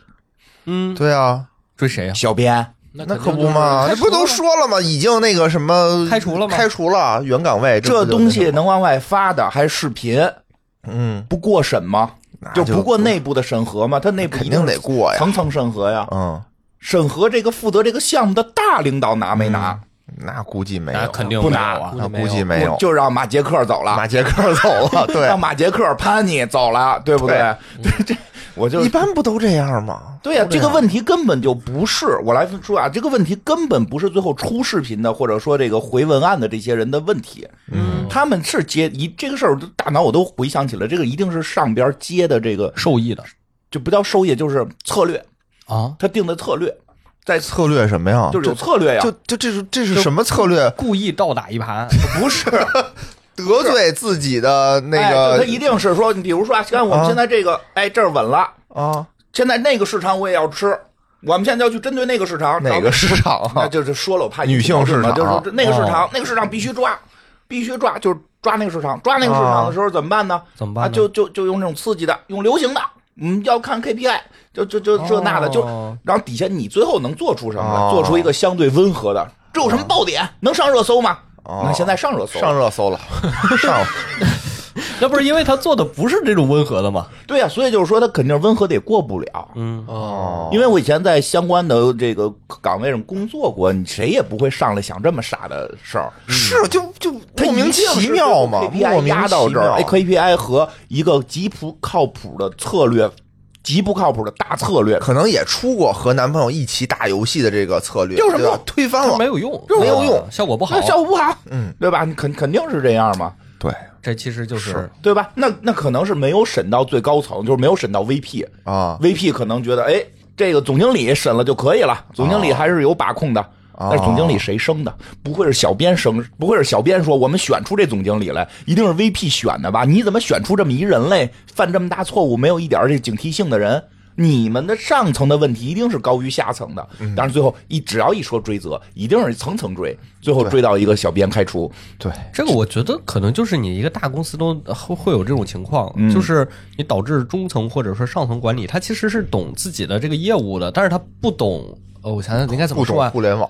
Speaker 4: 嗯，
Speaker 2: 对啊，
Speaker 4: 追谁呀？
Speaker 5: 小编，
Speaker 1: 那
Speaker 2: 那
Speaker 1: 肯
Speaker 2: 可
Speaker 1: 定
Speaker 2: 不
Speaker 1: 就是
Speaker 2: 嘛，
Speaker 4: 开
Speaker 2: 这
Speaker 4: 除
Speaker 2: 不都
Speaker 4: 了
Speaker 2: 说了吗？已经那个什么
Speaker 4: 开除了吗
Speaker 2: 开除了原岗位，
Speaker 5: 这
Speaker 2: 不就
Speaker 5: 东
Speaker 2: 那
Speaker 5: 西
Speaker 2: 什么
Speaker 5: 能往外发的还是视频，
Speaker 2: 嗯，
Speaker 5: 不过审吗？
Speaker 2: 那
Speaker 5: 就
Speaker 2: 就
Speaker 5: 不过内部的审核吗？他内部
Speaker 2: 肯定得过呀，
Speaker 5: 层层审核呀，
Speaker 2: 嗯，
Speaker 5: 审核这个负责这个项目的大领导拿没拿？
Speaker 2: 那估计没
Speaker 4: 那
Speaker 2: 有，
Speaker 4: 肯定
Speaker 5: 不
Speaker 4: 没有
Speaker 5: 拿
Speaker 4: 啊。
Speaker 2: 那
Speaker 1: 没有
Speaker 2: 估计嗯没有，
Speaker 5: 就让马杰克走了，
Speaker 2: 马杰克走了，对
Speaker 5: 让，马杰克潘尼走了，对不对？对 这我就
Speaker 2: 一般不都这样吗？
Speaker 5: 对呀、这个问题根本就不是我来说啊，这个问题根本不是最后出视频的，或者说这个回文案的这些人的问题，嗯，他们是接一这个事儿，我都大脑我都回想起来，这个一定是上边接的这个，
Speaker 4: 受益的
Speaker 5: 就不叫收益，就是策略，
Speaker 4: 啊，
Speaker 5: 他定的策略，在
Speaker 2: 策略什么呀？
Speaker 5: 就是有策略呀、
Speaker 2: 哦就就这是这是什么策略？
Speaker 4: 故意倒打一盘，
Speaker 5: 不是
Speaker 2: 得罪自己的那
Speaker 5: 哎
Speaker 2: 个
Speaker 5: 他一定是说，你比如说啊，像我们
Speaker 2: 啊
Speaker 5: 现在这个，哎，这儿稳了，
Speaker 2: 啊，
Speaker 5: 现在那个市场我也要吃，我们现在要去针对那个市场，
Speaker 2: 哪个市场
Speaker 5: 那
Speaker 2: 啊？
Speaker 5: 就是说了，我怕
Speaker 2: 女性市场啊
Speaker 5: 就是说这那个市场，那个市场必须抓，必须抓，就是抓那个市场，抓那个市场的时候怎么办呢？
Speaker 4: 怎么
Speaker 5: 啊，
Speaker 4: 办呢？
Speaker 5: 就就就用这种刺激的，用流行的，嗯，要看 KPI，就就就这那的，就
Speaker 4: 哦
Speaker 5: 然后底下你最后能做出什么
Speaker 2: 哦
Speaker 5: 来？做出一个相对温和的，这有什么爆点？能上热搜吗？
Speaker 2: 哦
Speaker 5: 那现在上热搜，
Speaker 2: 上热搜了，上了
Speaker 4: 要不是因为他做的不是这种温和的嘛？
Speaker 5: 对呀，所以就是说他肯定温和得过不了，
Speaker 4: 嗯，
Speaker 1: 哦，
Speaker 5: 因为我以前在相关的这个岗位上工作过，你谁也不会上来想这么傻的事儿。
Speaker 2: 是就就
Speaker 5: 他
Speaker 2: 莫名其妙嘛，莫
Speaker 5: KPI
Speaker 2: 名
Speaker 5: 压到
Speaker 2: 其
Speaker 5: 这儿
Speaker 2: 妙
Speaker 5: 哎。，KPI 和一个极不靠谱的策略，极不靠谱的大策略，
Speaker 2: 可能也出过和男朋友一起打游戏的这个策略，
Speaker 5: 有什么
Speaker 2: 对吧推翻
Speaker 4: 这
Speaker 2: 我
Speaker 4: 没？有用，
Speaker 2: 这没有用
Speaker 4: 啊效果不好
Speaker 5: 那。效果不好，
Speaker 2: 嗯，
Speaker 5: 对吧？你肯肯定是这样嘛，
Speaker 2: 对
Speaker 4: 这其实就是
Speaker 2: 是
Speaker 5: 对吧？那那可能是没有审到最高层，就是没有审到 VP，VP、
Speaker 2: 啊
Speaker 5: VP 可能觉得，哎，这个总经理审了就可以了，总经理还是有把控的。
Speaker 2: 哦
Speaker 5: 但是总经理谁升的？不会是小编升？不会是小编说我们选出这总经理来，一定是 VP 选的吧？你怎么选出这么一人类犯这么大错误，没有一点儿这警惕性的人？你们的上层的问题一定是高于下层的。
Speaker 2: 嗯
Speaker 5: 但是最后一只要一说追责，一定是层层追，最后追到一个小编开除。
Speaker 2: 对，
Speaker 4: 这个我觉得可能就是你一个大公司都会会有这种情况，
Speaker 2: 嗯
Speaker 4: 就是你导致中层或者说上层管理，他其实是懂自己的这个业务的，但是他不懂。呃，我想想应该怎么
Speaker 2: 不
Speaker 4: 说
Speaker 2: 懂
Speaker 4: 啊？
Speaker 2: 互联网，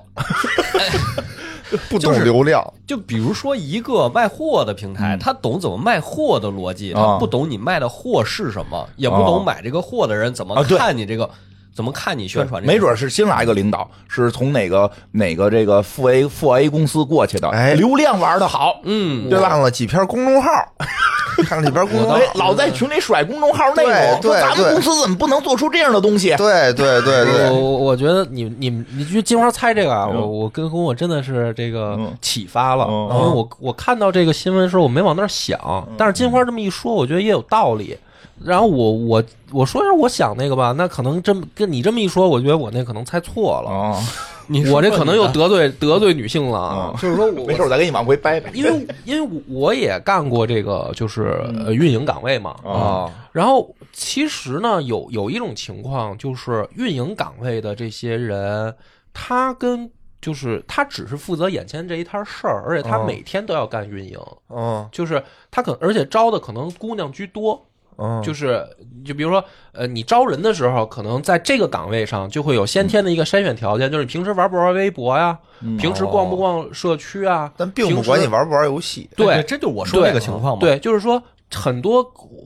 Speaker 2: 不
Speaker 4: 就
Speaker 2: 懂
Speaker 4: 是
Speaker 2: 流量，
Speaker 4: 就比如说一个卖货的平台，他懂怎么卖货的逻辑，他
Speaker 5: 嗯啊
Speaker 4: 不懂你卖的货是什么，也不
Speaker 5: 哦
Speaker 4: 懂买这个货的人怎么
Speaker 5: 啊对
Speaker 4: 看你这个，怎么看你宣传这个。
Speaker 5: 没准是新来一个领导，是从哪个哪个这个富 A 富 A 公司过去的，
Speaker 2: 哎
Speaker 5: 流量玩的好，
Speaker 4: 嗯，
Speaker 5: 对吧
Speaker 2: 看了几篇公众号，看了几篇公众号
Speaker 5: 哎，，老在群里甩公众号内
Speaker 2: 对
Speaker 5: 容，说
Speaker 2: 对
Speaker 5: 咱们
Speaker 2: 对
Speaker 5: 公司怎么不能做出这样的东西？啊
Speaker 2: 对对对
Speaker 1: 我
Speaker 2: 对，
Speaker 1: 我我觉得你你们你就金花猜这个啊，我我跟跟我真的是这个
Speaker 5: 嗯
Speaker 1: 启发了，
Speaker 5: 嗯
Speaker 1: 因为我我看到这个新闻的时候我没往那儿想，但是金花这么一说，我觉得也有道理。然后我我我说一下我想那个吧，那可能真跟你这么一说，我觉得我那可能猜错了，
Speaker 5: 哦，
Speaker 4: 你说
Speaker 1: 我这可能
Speaker 4: 你
Speaker 1: 又
Speaker 4: 的
Speaker 1: 得罪得罪女性了啊，
Speaker 5: 嗯
Speaker 1: 就是说我
Speaker 5: 没事，我再给你往回掰掰。
Speaker 1: 因为 因为我我也干过这个就是
Speaker 4: 嗯
Speaker 1: 呃运营岗位嘛啊、
Speaker 5: 哦
Speaker 1: 然后其实呢有有一种情况就是运营岗位的这些人，他跟就是他只是负责眼前这一摊事儿，而且
Speaker 4: 啊
Speaker 1: 他
Speaker 2: 哦
Speaker 1: 每天都要干运营，
Speaker 2: 嗯
Speaker 1: 就是他可而且招的可能姑娘居多，
Speaker 2: 嗯，
Speaker 1: 就是就比如说，呃，你招人的时候，可能在这个岗位上就会有先天的一个筛选条件，就是你平时玩不玩微博呀，平时逛不逛社区啊，
Speaker 2: 嗯哦但并不管你
Speaker 1: 平时
Speaker 2: 玩不玩游戏，
Speaker 1: 对
Speaker 4: 这就我说那个情况嘛。，
Speaker 1: 对，就是说很多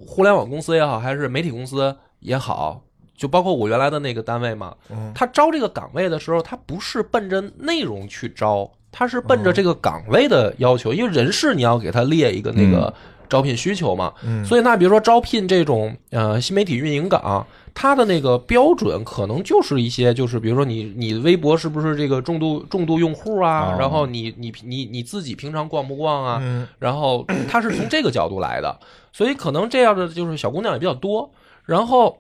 Speaker 1: 互联网公司也好，还是媒体公司也好，就包括我原来的那个单位嘛，他招这个岗位的时候，他不是奔着内容去招，他是奔着这个岗位的要求，因为人事你要给他列一个那个招聘需求嘛，所以那比如说招聘这种呃新媒体运营岗。它的那个标准可能就是一些，就是比如说你你微博是不是这个重度重度用户啊，
Speaker 5: 哦
Speaker 1: 然后你你你你自己平常逛不逛啊，
Speaker 2: 嗯，
Speaker 1: 然后他是从这个角度来的，所以可能这样的就是小姑娘也比较多。然后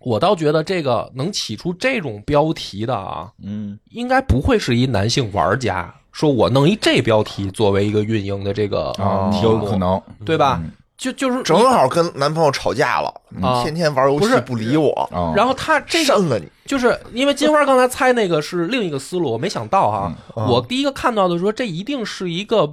Speaker 1: 我倒觉得这个能起出这种标题的啊，
Speaker 5: 嗯，
Speaker 1: 应该不会是一男性玩家，说我弄一这标题作为一个运营的这个
Speaker 5: 啊，
Speaker 1: 题
Speaker 5: 有
Speaker 1: 目，
Speaker 5: 可能，
Speaker 1: 对吧？就就是
Speaker 2: 正好跟男朋友吵架了，
Speaker 1: 啊
Speaker 2: 天天玩游
Speaker 1: 不是
Speaker 2: 戏不理我，
Speaker 5: 啊，
Speaker 1: 然后他这个
Speaker 2: 删了你，
Speaker 1: 就是因为金花刚才猜那个是另一个思路，我没想到啊。我第一个看到的说，这一定是一个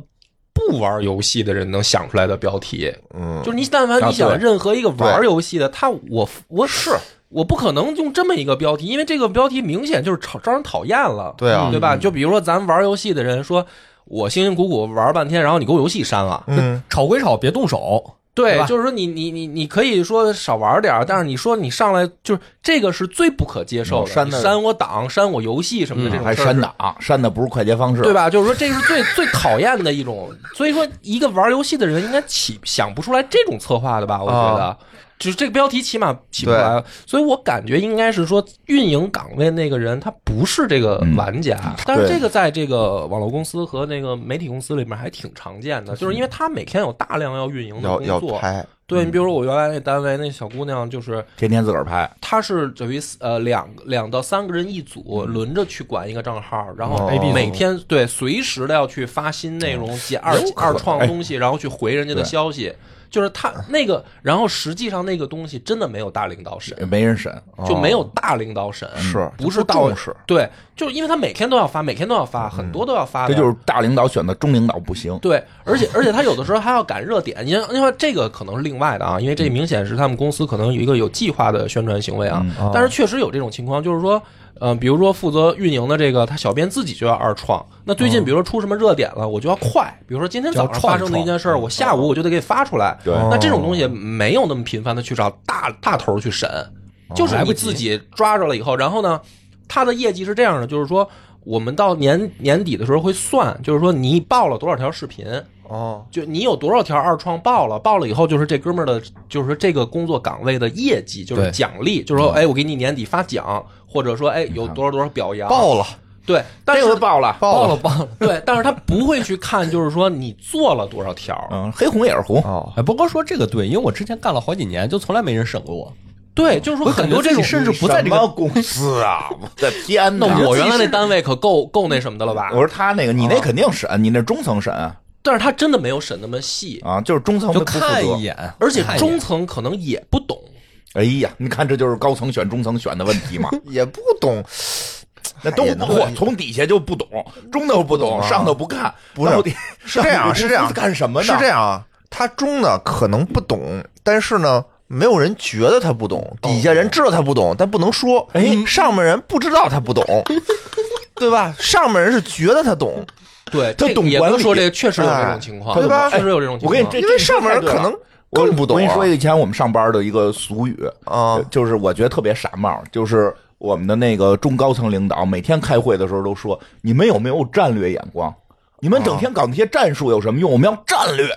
Speaker 1: 不玩游戏的人能想出来的标题。
Speaker 2: 嗯，
Speaker 1: 就是你但凡
Speaker 5: 啊
Speaker 1: 你想
Speaker 5: 对
Speaker 1: 任何一个玩游戏的，他我我是我不可能用这么一个标题，因为这个标题明显就是讨招人讨厌了，
Speaker 2: 对啊
Speaker 1: 对吧？就比如说咱玩游戏的人说。我辛辛苦苦玩半天，然后你给我游戏删了，
Speaker 2: 嗯，
Speaker 4: 吵归吵，别动手。对
Speaker 1: 对，
Speaker 4: 吧
Speaker 1: 就是说你你你你可以说少玩点儿，但是你说你上来就是这个是最不可接受的，
Speaker 5: 嗯删
Speaker 1: 你
Speaker 5: 的
Speaker 1: 删我档、删我游戏什么的这种
Speaker 5: 还
Speaker 1: 事儿
Speaker 5: 删档，删的不是快捷方式，
Speaker 1: 对？吧？就是说这是最 最讨厌的一种，所以说一个玩游戏的人应该起想不出来这种策划的吧？我觉得，就是这个标题起码起不出来，所以我感觉应该是说运营岗位那个人他不是这个玩家，但是
Speaker 5: 对
Speaker 1: 这个在这个网络公司和那个媒体公司里面还挺常见的，就是因为他每天有大量要运营的
Speaker 2: 要
Speaker 1: 工
Speaker 2: 要
Speaker 1: 作。
Speaker 2: 拍，
Speaker 1: 对你比如说我原来那单位那小姑娘就是。
Speaker 5: 天天自个儿拍，
Speaker 1: 他是等于呃两两到三个人一组
Speaker 5: 嗯
Speaker 1: 轮着去管一个账号，然后
Speaker 2: 哦 AB
Speaker 1: 每天对随时的要去发新内容、写二
Speaker 5: 有可能
Speaker 1: 二
Speaker 5: 哎
Speaker 1: 创东西，然后去回人家的
Speaker 5: 对
Speaker 1: 消息。就是他那个，然后实际上那个东西真的没有大领导审，
Speaker 5: 没人审，哦
Speaker 1: 就没有大领导审，
Speaker 2: 是
Speaker 1: 不是到
Speaker 2: 重视？
Speaker 1: 对，就是因为他每天都要发，每天都要发，很多都要发
Speaker 5: 嗯这
Speaker 1: 的，
Speaker 5: 就是大领导选的中领导不行。
Speaker 1: 对，而且而且他有的时候还要赶热点，因为因为这个可能是另外的啊，因为这明显是他们公司可能有一个有计划的宣传行为啊。但是确实有这种情况，就是说，呃，比如说负责运营的这个他小编自己就要二创。那最近比如说出什么热点了，我就要快，比如说今天早上发生的一件事儿，我下午我就得给发出来。
Speaker 5: 对
Speaker 1: 那这种东西没有那么频繁的去找大大头去审，就是你自己抓着了以后，然后呢，他的业绩是这样的，就是说。我们到年年底的时候会算，就是说你报了多少条视频，
Speaker 2: 哦，
Speaker 1: 就你有多少条二创报了，报了以后就是这哥们儿的，就是说这个工作岗位的业绩，就是
Speaker 4: 对
Speaker 1: 奖励，就是说，哎，我给你年底发奖，或者说，哎，有多少多少表扬，
Speaker 2: 爆了，
Speaker 1: 对，但
Speaker 5: 这
Speaker 1: 是
Speaker 5: 回爆了，
Speaker 2: 爆了，
Speaker 4: 了吧？
Speaker 1: 对，但是他不会去看，就是说你做了多少条，
Speaker 5: 嗯，黑红也是红，
Speaker 2: 哦，
Speaker 4: 哎，波哥说这个对，因为我之前干了好几年，就从来没人审过我。
Speaker 1: 对，就是说很多这种，
Speaker 4: 甚至不在这个
Speaker 5: 什么公司 啊！我的天
Speaker 1: 那
Speaker 5: 哪！
Speaker 1: 嗯我原来那单位可够够那什么的
Speaker 4: 啊
Speaker 1: 了吧？
Speaker 5: 我说他那个，你那肯定审，你那中层审啊，
Speaker 1: 但是他真的
Speaker 5: 哎
Speaker 1: 没有审那么细，
Speaker 5: 就是中层
Speaker 4: 就
Speaker 5: 他不负责
Speaker 4: 看一眼，
Speaker 1: 而且
Speaker 4: 看一眼
Speaker 1: 中层可能也不懂。
Speaker 5: 哎呀，你看这就是高层选中层选的问 题嘛，
Speaker 2: 也不懂，
Speaker 5: 那都
Speaker 2: 也
Speaker 5: 不
Speaker 2: 能
Speaker 5: 嚯从底下就不懂，中头不
Speaker 4: 啊
Speaker 5: 懂，上头不看，
Speaker 2: 不是
Speaker 5: 到底
Speaker 2: 是这样
Speaker 5: 到底
Speaker 2: 是这样
Speaker 5: 干什么呢？
Speaker 2: 是这样啊，他中呢可能不懂，但是呢。没有人觉得他不懂，
Speaker 5: 哦
Speaker 2: 底下人知道他不懂，但不能说。哎，上面人不知道他不 懂，对吧？上面人是觉得他懂，
Speaker 1: 对，
Speaker 5: 他
Speaker 1: 这
Speaker 5: 懂
Speaker 1: 也
Speaker 5: 管
Speaker 1: 能
Speaker 5: 理
Speaker 1: 说这确实有这种情况，
Speaker 2: 哎对吧
Speaker 1: 确实有这种情
Speaker 5: 我
Speaker 1: 况。
Speaker 5: 跟你这，
Speaker 2: 因为
Speaker 5: 这
Speaker 2: 上面人
Speaker 5: 太对了
Speaker 2: 可能
Speaker 5: 我
Speaker 2: 更不懂啊
Speaker 5: 我跟你说，以前我们上班的一个俗语
Speaker 2: 啊
Speaker 5: 呃就是我觉得特别傻帽，就是我们的那个中高层领导每天开会的时候都说：“你们有没有战略眼光？你们
Speaker 4: 啊
Speaker 5: 整天搞那些战术有什么用？我们要战略。”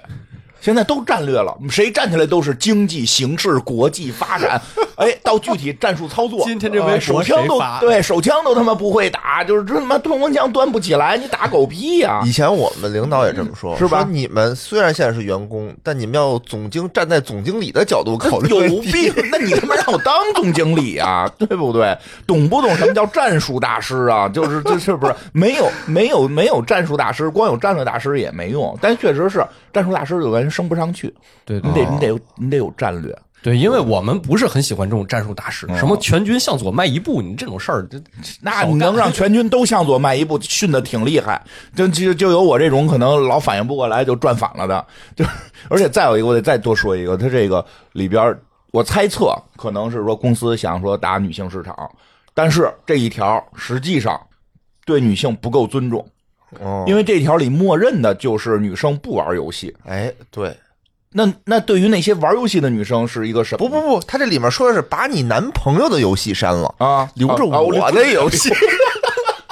Speaker 5: 现在都战略了，谁站起来都是经济形势、国际发展，哎，到具体战术操作。
Speaker 4: 今天这微博
Speaker 5: 哎手枪
Speaker 4: 谁
Speaker 5: 都
Speaker 4: 发
Speaker 5: 对手枪都他妈不会打，就是这他妈冲锋枪端不起来，你打狗屁呀、
Speaker 2: 啊以前我们领导也这么说，
Speaker 5: 是吧
Speaker 2: 说你们虽然现在是员工，但你们要总经站在总经理的角度考虑问
Speaker 5: 有
Speaker 2: 题。
Speaker 5: 病！那你他妈让我当总经理啊，对不对？懂不懂什么叫战术大师啊？就是这是不是没有没有没有战术大师，光有战略大师也没用。但确实是战术大师有的人升不上去，
Speaker 4: 对对
Speaker 5: 你得
Speaker 2: 哦
Speaker 5: 你得有你得有战略。
Speaker 4: 对，因为我们不是很喜欢这种战术大师，什么全军向左迈一步，你这种事儿，这
Speaker 5: 那你能让全军都向左迈一步，训的挺厉害。就就就有我这种可能老反应不过来就转反了的，就而且再有一个，我得再多说一个，他这个里边儿，我猜测可能是说公司想说打女性市场，但是这一条实际上对女性不够尊重，
Speaker 2: 哦
Speaker 5: 因为这条里默认的就是女生不玩游戏。
Speaker 2: 哎，对，
Speaker 5: 那那对于那些玩游戏的女生是一个什么？
Speaker 2: 不不不，他这里面说的是把你男朋友的游戏删了，
Speaker 5: 啊，
Speaker 2: 留着
Speaker 5: 啊啊
Speaker 2: 我的游戏，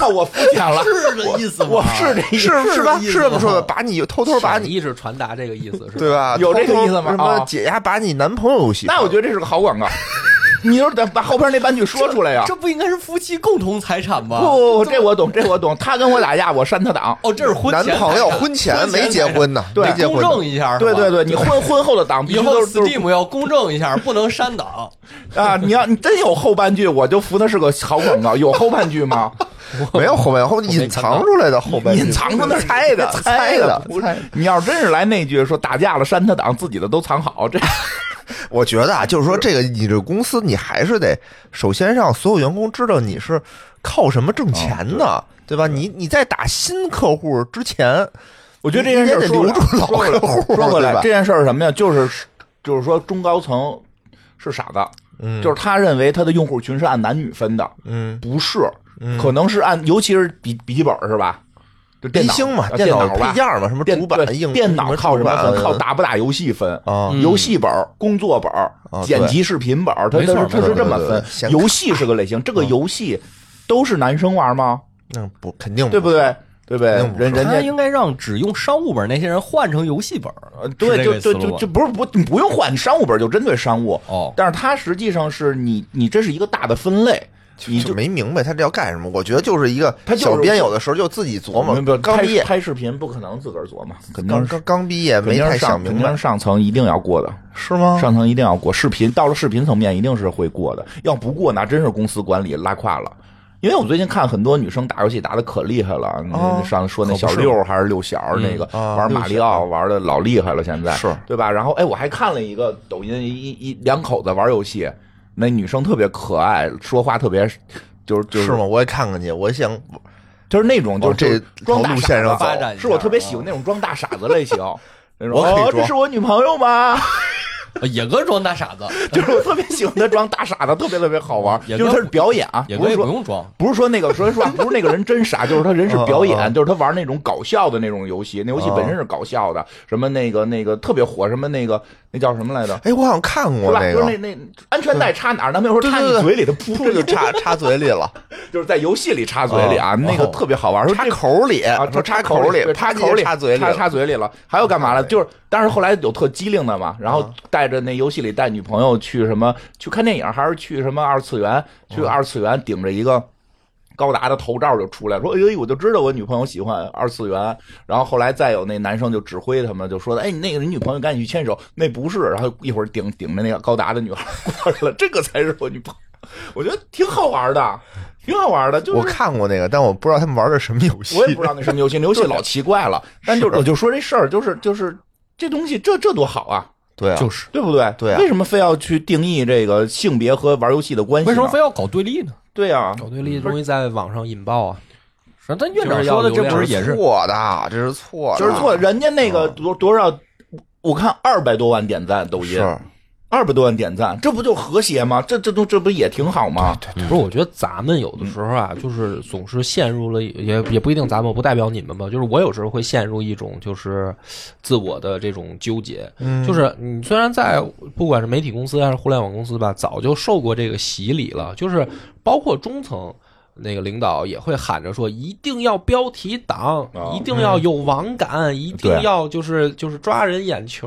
Speaker 5: 那我肤浅了，
Speaker 4: 是这意思
Speaker 5: 我是这意思
Speaker 2: 啊
Speaker 5: 啊
Speaker 2: 是是吧？是这么说的，把你偷偷把
Speaker 1: 啊潜
Speaker 2: 你，
Speaker 1: 意识传达这个意思是
Speaker 2: 对
Speaker 1: 吧？
Speaker 2: 吧？
Speaker 5: 有这个
Speaker 2: 偷偷
Speaker 5: 意思吗
Speaker 2: 什
Speaker 5: 啊
Speaker 2: 么解压把你男朋友游戏删了？
Speaker 5: 那我觉得这是个好广告。你就是得把后边那半句说出来呀、
Speaker 4: 这不应该是夫妻共同财产吗？
Speaker 5: 不不不，这我懂，这我懂。他跟我打架，我删他档。
Speaker 4: 哦，这是婚
Speaker 2: 男
Speaker 4: 前
Speaker 2: 朋友
Speaker 4: 财产
Speaker 2: 婚前
Speaker 4: 婚
Speaker 2: 没
Speaker 4: 前
Speaker 2: 结
Speaker 4: 财产
Speaker 2: 婚呢，
Speaker 5: 对
Speaker 2: 没结
Speaker 4: 公
Speaker 2: 婚
Speaker 4: 证
Speaker 2: 呢。
Speaker 4: 一下，
Speaker 5: 对对
Speaker 4: 对。
Speaker 5: 对，你婚婚后的档必
Speaker 4: 以
Speaker 5: 须
Speaker 4: 后
Speaker 5: 都是都是
Speaker 4: Steam 要公证一下，不能删档。
Speaker 5: 啊！你要你真有后半句，我就服他是个好广 告。有后半句吗？
Speaker 2: 没有后半后隐藏出来的后半句，
Speaker 5: 隐藏着 那
Speaker 2: 猜 的
Speaker 5: 猜
Speaker 2: 的。
Speaker 5: 不是你要真是来那句说打架了删他档，自己的都藏好， 这
Speaker 2: 我觉得啊，就是说这个你这公司你还是得首先让所有员工知道你是靠什么
Speaker 5: 啊
Speaker 2: 挣钱的，对吧？你你在打新客户之前，
Speaker 5: 我觉得这件事儿
Speaker 2: 你也得
Speaker 5: 说回来
Speaker 2: 留住老
Speaker 5: 说回来
Speaker 2: 客户
Speaker 5: 说回来
Speaker 2: 对，吧
Speaker 5: 这件事儿是什么呀？就是就是说中高层是傻子，
Speaker 2: 嗯
Speaker 5: 就是他认为他的用户群是按男女分的，
Speaker 2: 嗯，
Speaker 5: 不是，可能是按，尤其是笔笔记本是吧？就电
Speaker 2: 低
Speaker 5: 脑
Speaker 2: 星嘛，
Speaker 5: 啊
Speaker 2: 电
Speaker 5: 电
Speaker 2: 脑
Speaker 5: 吧
Speaker 2: 配，件嘛，什么
Speaker 5: 电
Speaker 2: 主板
Speaker 5: 对
Speaker 2: 硬，
Speaker 5: 电脑靠什么
Speaker 2: 么
Speaker 5: 分？
Speaker 2: 主板
Speaker 5: 靠打不打游戏分
Speaker 2: 啊
Speaker 5: 游戏本、工作本、
Speaker 2: 对
Speaker 5: 剪辑视频本，它它
Speaker 4: 没错
Speaker 2: 没
Speaker 5: 是它是
Speaker 2: 错
Speaker 5: 这么
Speaker 2: 对对对嗯显
Speaker 5: 分。
Speaker 2: 卡
Speaker 5: 游戏是个类型，这个游戏都是男生玩吗？
Speaker 2: 那不肯定
Speaker 5: 对不？对？对不对
Speaker 2: 嗯那我？
Speaker 5: 人人
Speaker 4: 他
Speaker 5: 家
Speaker 4: 应该让只用商务本那些人换成游戏本儿
Speaker 5: 呃，
Speaker 4: 是
Speaker 5: 对，
Speaker 4: 这
Speaker 5: 就
Speaker 4: 个思
Speaker 5: 就
Speaker 4: 路
Speaker 5: 就
Speaker 2: 啊
Speaker 4: 吧
Speaker 5: 就不是不你不用换商务本，就针对商务。
Speaker 4: 哦
Speaker 5: 但是它实际上是你你这是一个大的分类，你
Speaker 2: 就没明白他这要干什么。我觉得就是一个
Speaker 5: 他就是
Speaker 2: 小编，有的时候就自己琢磨
Speaker 5: 不，不
Speaker 2: 刚
Speaker 5: 拍
Speaker 2: 毕业，
Speaker 5: 拍视频不可能自个儿琢磨，肯定
Speaker 2: 刚
Speaker 5: 是
Speaker 2: 刚刚毕业
Speaker 5: 肯
Speaker 2: 没
Speaker 5: 定
Speaker 2: 太
Speaker 5: 是
Speaker 2: 想
Speaker 5: 上肯
Speaker 2: 明
Speaker 5: 定
Speaker 2: 白啊
Speaker 5: 是，上层一定要过的，
Speaker 2: 是吗？
Speaker 5: 上层一定要过。视频到了视频层面一定是会过的，要不过那真是公司管理拉胯了。因为我最近看很多女生打游戏打的可厉害了，
Speaker 2: 哦
Speaker 5: 你上次说那
Speaker 2: 可不
Speaker 5: 小
Speaker 2: 是
Speaker 5: 六还是六小儿那个
Speaker 2: 啊
Speaker 5: 玩马里奥玩的老厉害了，现在
Speaker 2: 是
Speaker 5: 对吧？然后哎，我还看了一个抖音一一两口子玩游戏，那女生特别可爱，说话特别就是就是
Speaker 2: 是吗？我也看看去，我想
Speaker 5: 就是那种就
Speaker 2: 往
Speaker 5: 是就是
Speaker 2: 这
Speaker 5: 装
Speaker 2: 条
Speaker 5: 大
Speaker 2: 路
Speaker 5: 傻
Speaker 2: 线上
Speaker 5: 子
Speaker 4: 发展一下
Speaker 5: 是我特别喜欢那种装大傻子类 型。那种
Speaker 2: 啊我可以
Speaker 5: 哦，
Speaker 2: 装
Speaker 5: 这是我女朋友吗？
Speaker 4: 啊野哥装大傻子，
Speaker 5: 就是我特别喜欢他装大傻子，特别特别好玩。
Speaker 4: 野
Speaker 5: 就
Speaker 4: 哥
Speaker 5: 是他是表演啊，
Speaker 4: 野
Speaker 5: 不
Speaker 4: 哥
Speaker 5: 是
Speaker 4: 也不
Speaker 5: 说
Speaker 4: 用装。
Speaker 5: 不是说那个说实话，不是那个人真傻，就是他人是表
Speaker 2: 嗯嗯
Speaker 5: 演，就是他玩那种搞笑的那种游戏，那游戏本身是搞笑的，什么那个那个特别火，什么那个那叫什么来着？
Speaker 2: 哎，我好像看
Speaker 5: 是
Speaker 2: 过
Speaker 5: 吧？
Speaker 2: 那
Speaker 5: 就是那
Speaker 2: 个，
Speaker 5: 那安全带插哪儿？男朋友说
Speaker 2: 对
Speaker 5: 插
Speaker 2: 对
Speaker 5: 你
Speaker 2: 对
Speaker 5: 嘴里，他
Speaker 2: 噗
Speaker 5: 噗
Speaker 2: 就 插插嘴里了。
Speaker 5: 就是在游戏里插嘴里啊，
Speaker 2: 哦
Speaker 5: 那个特别好玩。说
Speaker 2: 插
Speaker 5: 这
Speaker 2: 口里
Speaker 5: 啊，
Speaker 2: 说
Speaker 5: 插
Speaker 2: 插口里，
Speaker 5: 里，
Speaker 2: 啪
Speaker 5: 口
Speaker 2: 叽
Speaker 5: 里，
Speaker 2: 插嘴里
Speaker 5: 插
Speaker 2: 了，嗯
Speaker 5: 插嘴里了。还有干嘛了？就是，但是后来有特机灵的嘛，然后带着那游戏里带女朋友去什么去看电影，还是去什么二次元？去
Speaker 2: 嗯
Speaker 5: 二次元顶着一个。高达的头罩就出来说：“哎呦，我就知道我女朋友喜欢二次元。”然后后来再有那男生就指挥他们，就说：“哎，你那个你女朋友赶紧去牵手，那不是。”然后一会儿顶顶着那个高达的女孩过来了，这个才是我女朋友。我觉得挺好玩的，挺好玩的。就是
Speaker 2: 我看过那个，但我不知道他们玩的什么游戏。
Speaker 5: 我也不知道那什么游戏，那游戏老奇怪了。但就是我就说这事儿，就是就是这东西，这这多好啊！
Speaker 2: 对啊，
Speaker 4: 就是
Speaker 5: 对不对？
Speaker 2: 对啊
Speaker 5: 为什么非要去定义这个性别和玩游戏的关系呢？
Speaker 4: 为什么非要搞对立呢？
Speaker 5: 对啊，
Speaker 1: 搞对立容易在网上引爆啊。
Speaker 4: 是咱院长说的这不是也是
Speaker 2: 错的，这是错的，
Speaker 5: 就是错，人家那个多多少，我看二百多万点赞抖音，
Speaker 2: 是
Speaker 5: 二百多万点赞，这不就和谐吗？这这都这不也挺好
Speaker 2: 嗯
Speaker 5: 吗？对
Speaker 1: 不是，我觉得咱们有的时候啊，就是总是陷入了，也也不一定咱们不代表你们吧，就是我有时候会陷入一种就是自我的这种纠结，
Speaker 2: 嗯
Speaker 1: 就是你虽然在不管是媒体公司还是互联网公司吧，早就受过这个洗礼了，就是包括中层。那个领导也会喊着说，一定要标题党，
Speaker 5: 哦
Speaker 1: 一定要有网感，一定
Speaker 5: 对
Speaker 1: 要就是就是抓人眼球，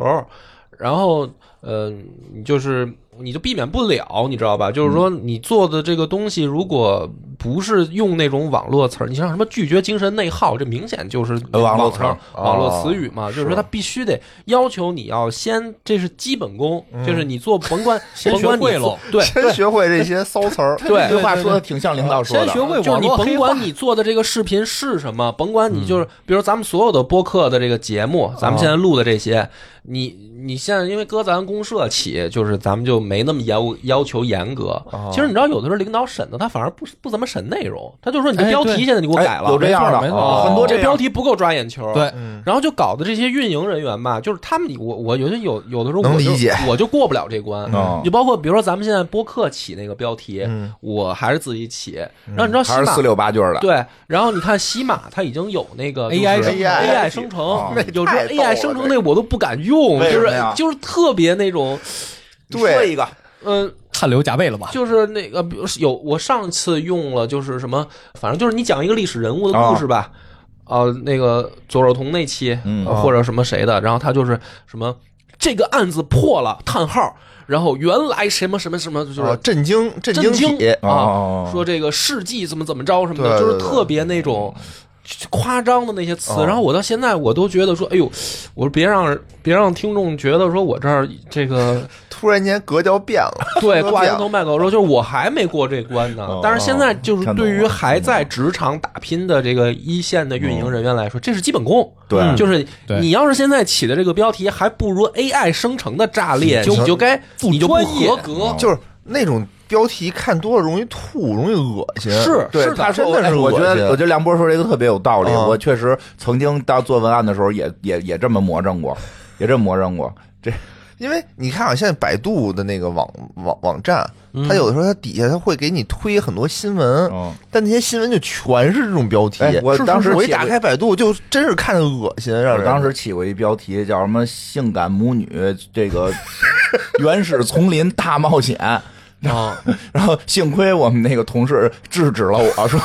Speaker 1: 然后呃，你就是你就避免不了，你知道吧？就是说你做的这个东西，如果不是用那种网络词儿，你像什么拒绝精神内耗，这明显就是
Speaker 5: 呃网络
Speaker 1: 上
Speaker 5: 词儿
Speaker 1: 网络
Speaker 2: 哦
Speaker 1: 词语嘛。就是说，他必须得要求你要先，这是基本功，就是你做甭管
Speaker 4: 嗯 先
Speaker 1: 甭管
Speaker 4: 学会
Speaker 1: 你做
Speaker 4: 喽
Speaker 1: 对，
Speaker 2: 先学会这些骚词儿，
Speaker 5: 这句话说的挺像领导说
Speaker 4: 哦先学
Speaker 5: 的。
Speaker 4: 会
Speaker 1: 就是
Speaker 4: 网
Speaker 1: 你
Speaker 4: 络
Speaker 1: 甭
Speaker 4: 黑化嗯
Speaker 1: 管。你做的这个视频是什么，甭管你就是，比如咱们所有的播客的这个节
Speaker 4: 哦
Speaker 1: 目，咱们现在录的这些，你你现在因为搁咱公社起，就是咱们就没那么要要求严格。
Speaker 4: 哦
Speaker 1: 其实你知道，有的时候领导审的他反而不不怎么审内容，他就说你这
Speaker 4: 哎
Speaker 1: 标
Speaker 4: 对
Speaker 1: 题现在你给我
Speaker 5: 哎
Speaker 1: 改了，
Speaker 5: 有这样的，
Speaker 4: 没错没错
Speaker 5: 哦
Speaker 1: 哦
Speaker 5: 很多这
Speaker 1: 这
Speaker 5: 样
Speaker 1: 标题不够抓眼球。
Speaker 4: 对，
Speaker 1: 然后就搞的这些运营人员吧，就是他们，我我觉得有有的时候我
Speaker 2: 能
Speaker 1: 就
Speaker 2: 理解
Speaker 1: 我就过不了这关。
Speaker 5: 嗯
Speaker 1: 你包括比如说咱们现在播客起那个标题，
Speaker 2: 嗯
Speaker 1: 我还是自己起。然后你知道喜
Speaker 5: 嗯还是
Speaker 1: 马
Speaker 5: 四六八句儿的，
Speaker 1: 对，然后你看西马，它已经有那个就是
Speaker 4: AI 生
Speaker 1: AI 生成
Speaker 5: 哦，
Speaker 1: 有时候
Speaker 2: 太逗了
Speaker 1: AI 生成那我都不敢用，
Speaker 5: 为
Speaker 1: 就是
Speaker 5: 什么呀
Speaker 1: 就是特别那种，
Speaker 5: 你说一个
Speaker 1: 嗯，
Speaker 4: 汗流浃背了吧？
Speaker 1: 就是那个比如是有我上次用了就是什么，反正就是你讲一个历史人物的
Speaker 2: 哦
Speaker 1: 故事吧。啊，那个左若彤那期，
Speaker 5: 嗯
Speaker 1: 呃或者什么谁的，然后他就是什么这个案子破了，叹号，然后原来什么什么什么，就是
Speaker 2: 哦震惊震
Speaker 1: 震惊
Speaker 2: 体，
Speaker 5: 哦
Speaker 1: 啊，说这个事迹怎么怎么着什么的，
Speaker 2: 对
Speaker 1: 就是
Speaker 2: 对对
Speaker 1: 特别那种夸张的那些词。
Speaker 2: 哦
Speaker 1: 然后我到现在我都觉得说，哎呦，我说别让别让听众觉得说我这儿这个
Speaker 2: 突然间格调变了，
Speaker 1: 对
Speaker 2: 说
Speaker 1: 挂
Speaker 2: 变
Speaker 1: 羊头卖狗肉，就是我还没过这关呢
Speaker 5: 哦。
Speaker 1: 但是现在就是
Speaker 5: 看懂
Speaker 1: 对于
Speaker 5: 了
Speaker 1: 还在职场打拼的这个一线的运营人员来说，这是基本功。
Speaker 5: 对
Speaker 1: 嗯就是
Speaker 4: 对
Speaker 1: 你要是现在起的这个标题还不如 AI 生成的炸裂，
Speaker 2: 就
Speaker 1: 你就该你就不
Speaker 4: 专业
Speaker 1: 合格。
Speaker 2: 就是那种标题看多了容易吐，容易恶心，
Speaker 1: 是
Speaker 5: 对，
Speaker 1: 是的
Speaker 5: 他说
Speaker 2: 真的是
Speaker 5: 哎我觉
Speaker 2: 恶
Speaker 5: 得，
Speaker 2: 心
Speaker 5: 我觉得梁波说这个特别有道理。
Speaker 2: 嗯
Speaker 5: 我确实曾经当做文案的时候也，也也这么魔怔过，也这么魔怔过。这
Speaker 2: 因为你看啊，现在百度的那个网网网站，
Speaker 1: 嗯
Speaker 2: 它有的时候它底下它会给你推很多新闻，
Speaker 1: 哦
Speaker 5: 嗯
Speaker 2: 但那些新闻就全是这种标题。
Speaker 5: 哎我
Speaker 2: 是是
Speaker 5: 当时
Speaker 2: 是我一
Speaker 5: 写
Speaker 2: 打开百度就真是看着恶心，让
Speaker 5: 我
Speaker 2: 人
Speaker 5: 当时起过一标题叫什么“性感母女”，这个原始丛林大冒险。
Speaker 1: 啊，
Speaker 5: 然后幸亏我们那个同事制止了我说，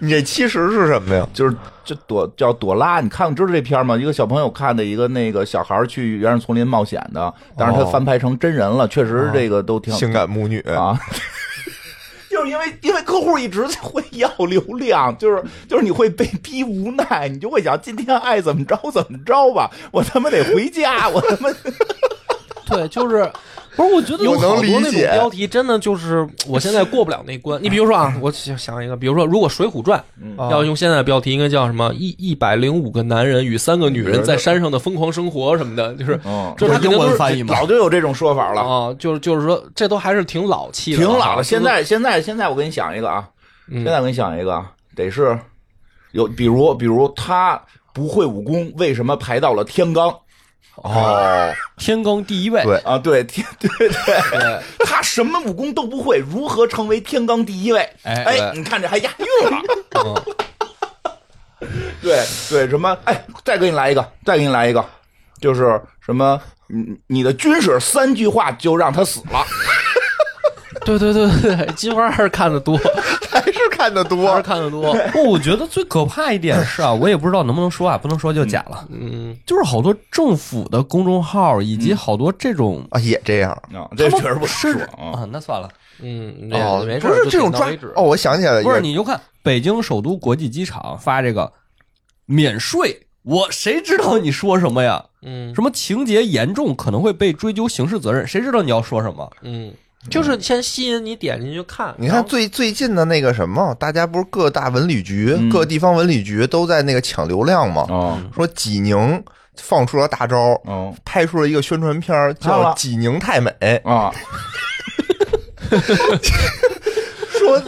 Speaker 2: 你这其实是什么呀？
Speaker 5: 就是这朵叫朵拉，你看知道这片儿吗？一个小朋友看的一个那个小孩儿去原始丛林冒险的，但是他
Speaker 2: 哦
Speaker 5: 翻拍成真人了，确实这个都挺
Speaker 2: 性感母女，
Speaker 5: 啊。 就是因为因为客户一直会要流量，就是就是你会被逼无奈，你就会想今天爱怎么着怎么着吧，我他妈得回家，我他妈
Speaker 1: 对，就是不是？我觉得有
Speaker 2: 我能
Speaker 1: 好多那
Speaker 2: 理
Speaker 1: 种
Speaker 2: 解
Speaker 1: 标题，真的就是我现在过不了那关。你比如说啊，我想想一个，比如说，如果《水浒传》要用现在的标题，应该叫什么？一一百零五个男人与三个女人在山上的疯狂生活什么的，就是
Speaker 5: 嗯，
Speaker 1: 这他肯定
Speaker 4: 英
Speaker 1: 都
Speaker 4: 文
Speaker 1: 是
Speaker 4: 翻译吗？
Speaker 5: 早就有这种说法了，
Speaker 1: 啊，就是就是说，这都还是挺老气的，
Speaker 5: 挺老
Speaker 1: 啊
Speaker 5: 了。现在现在现在我给你想一个啊，
Speaker 1: 嗯
Speaker 5: 现在我给你想一个啊，得是有比如比如他不会武功，为什么排到了天罡？
Speaker 2: 哦，
Speaker 4: 天罡第一位，
Speaker 2: 对
Speaker 5: 啊，对，天，对对，他什么武功都不会，如何成为天罡第一位？
Speaker 4: 哎
Speaker 5: 哎，你看这还押韵了。对对，什么？哎，再给你来一个，再给你来一个，就是什么？你你的军事三句话就让他死了，
Speaker 1: 对对对对对，金花还是看的多，
Speaker 2: 还是看的
Speaker 1: 还是
Speaker 2: 多。
Speaker 1: 看的多。
Speaker 4: 不，我觉得最可怕一点是啊，我也不知道能不能说啊，不能说就假了。
Speaker 1: 嗯，
Speaker 4: 就是好多政府的公众号以及好多这种，
Speaker 2: 啊，也这样
Speaker 5: 啊，这 确实不
Speaker 4: 是
Speaker 5: 爽啊。
Speaker 4: 啊，那算了，
Speaker 1: 嗯，
Speaker 2: 哦，
Speaker 1: 没事
Speaker 2: 不
Speaker 1: 儿，
Speaker 2: 是
Speaker 1: 就
Speaker 2: 这种
Speaker 1: 点到
Speaker 2: 抓
Speaker 1: 为止
Speaker 2: 哦，我想起来了，
Speaker 4: 不是
Speaker 2: 也
Speaker 4: 你就看北京首都国际机场发这个免税，我谁知道你说什么呀？
Speaker 1: 嗯
Speaker 4: 什么情节严重可能会被追究刑事责任，谁知道你要说什么？
Speaker 1: 嗯，就是先吸引你点进去看，
Speaker 2: 你
Speaker 1: 然
Speaker 2: 看
Speaker 1: 后
Speaker 2: 最最近的那个什么，大家不是各大文旅局、
Speaker 5: 嗯
Speaker 2: 各地方文旅局都在那个抢流量吗？
Speaker 5: 哦，
Speaker 2: 说济宁放出了大招，
Speaker 5: 嗯
Speaker 2: 拍出了一个宣传片儿
Speaker 5: 看
Speaker 2: 叫
Speaker 5: 了
Speaker 2: 《济宁太美》，
Speaker 5: 啊，
Speaker 2: 说
Speaker 5: 哦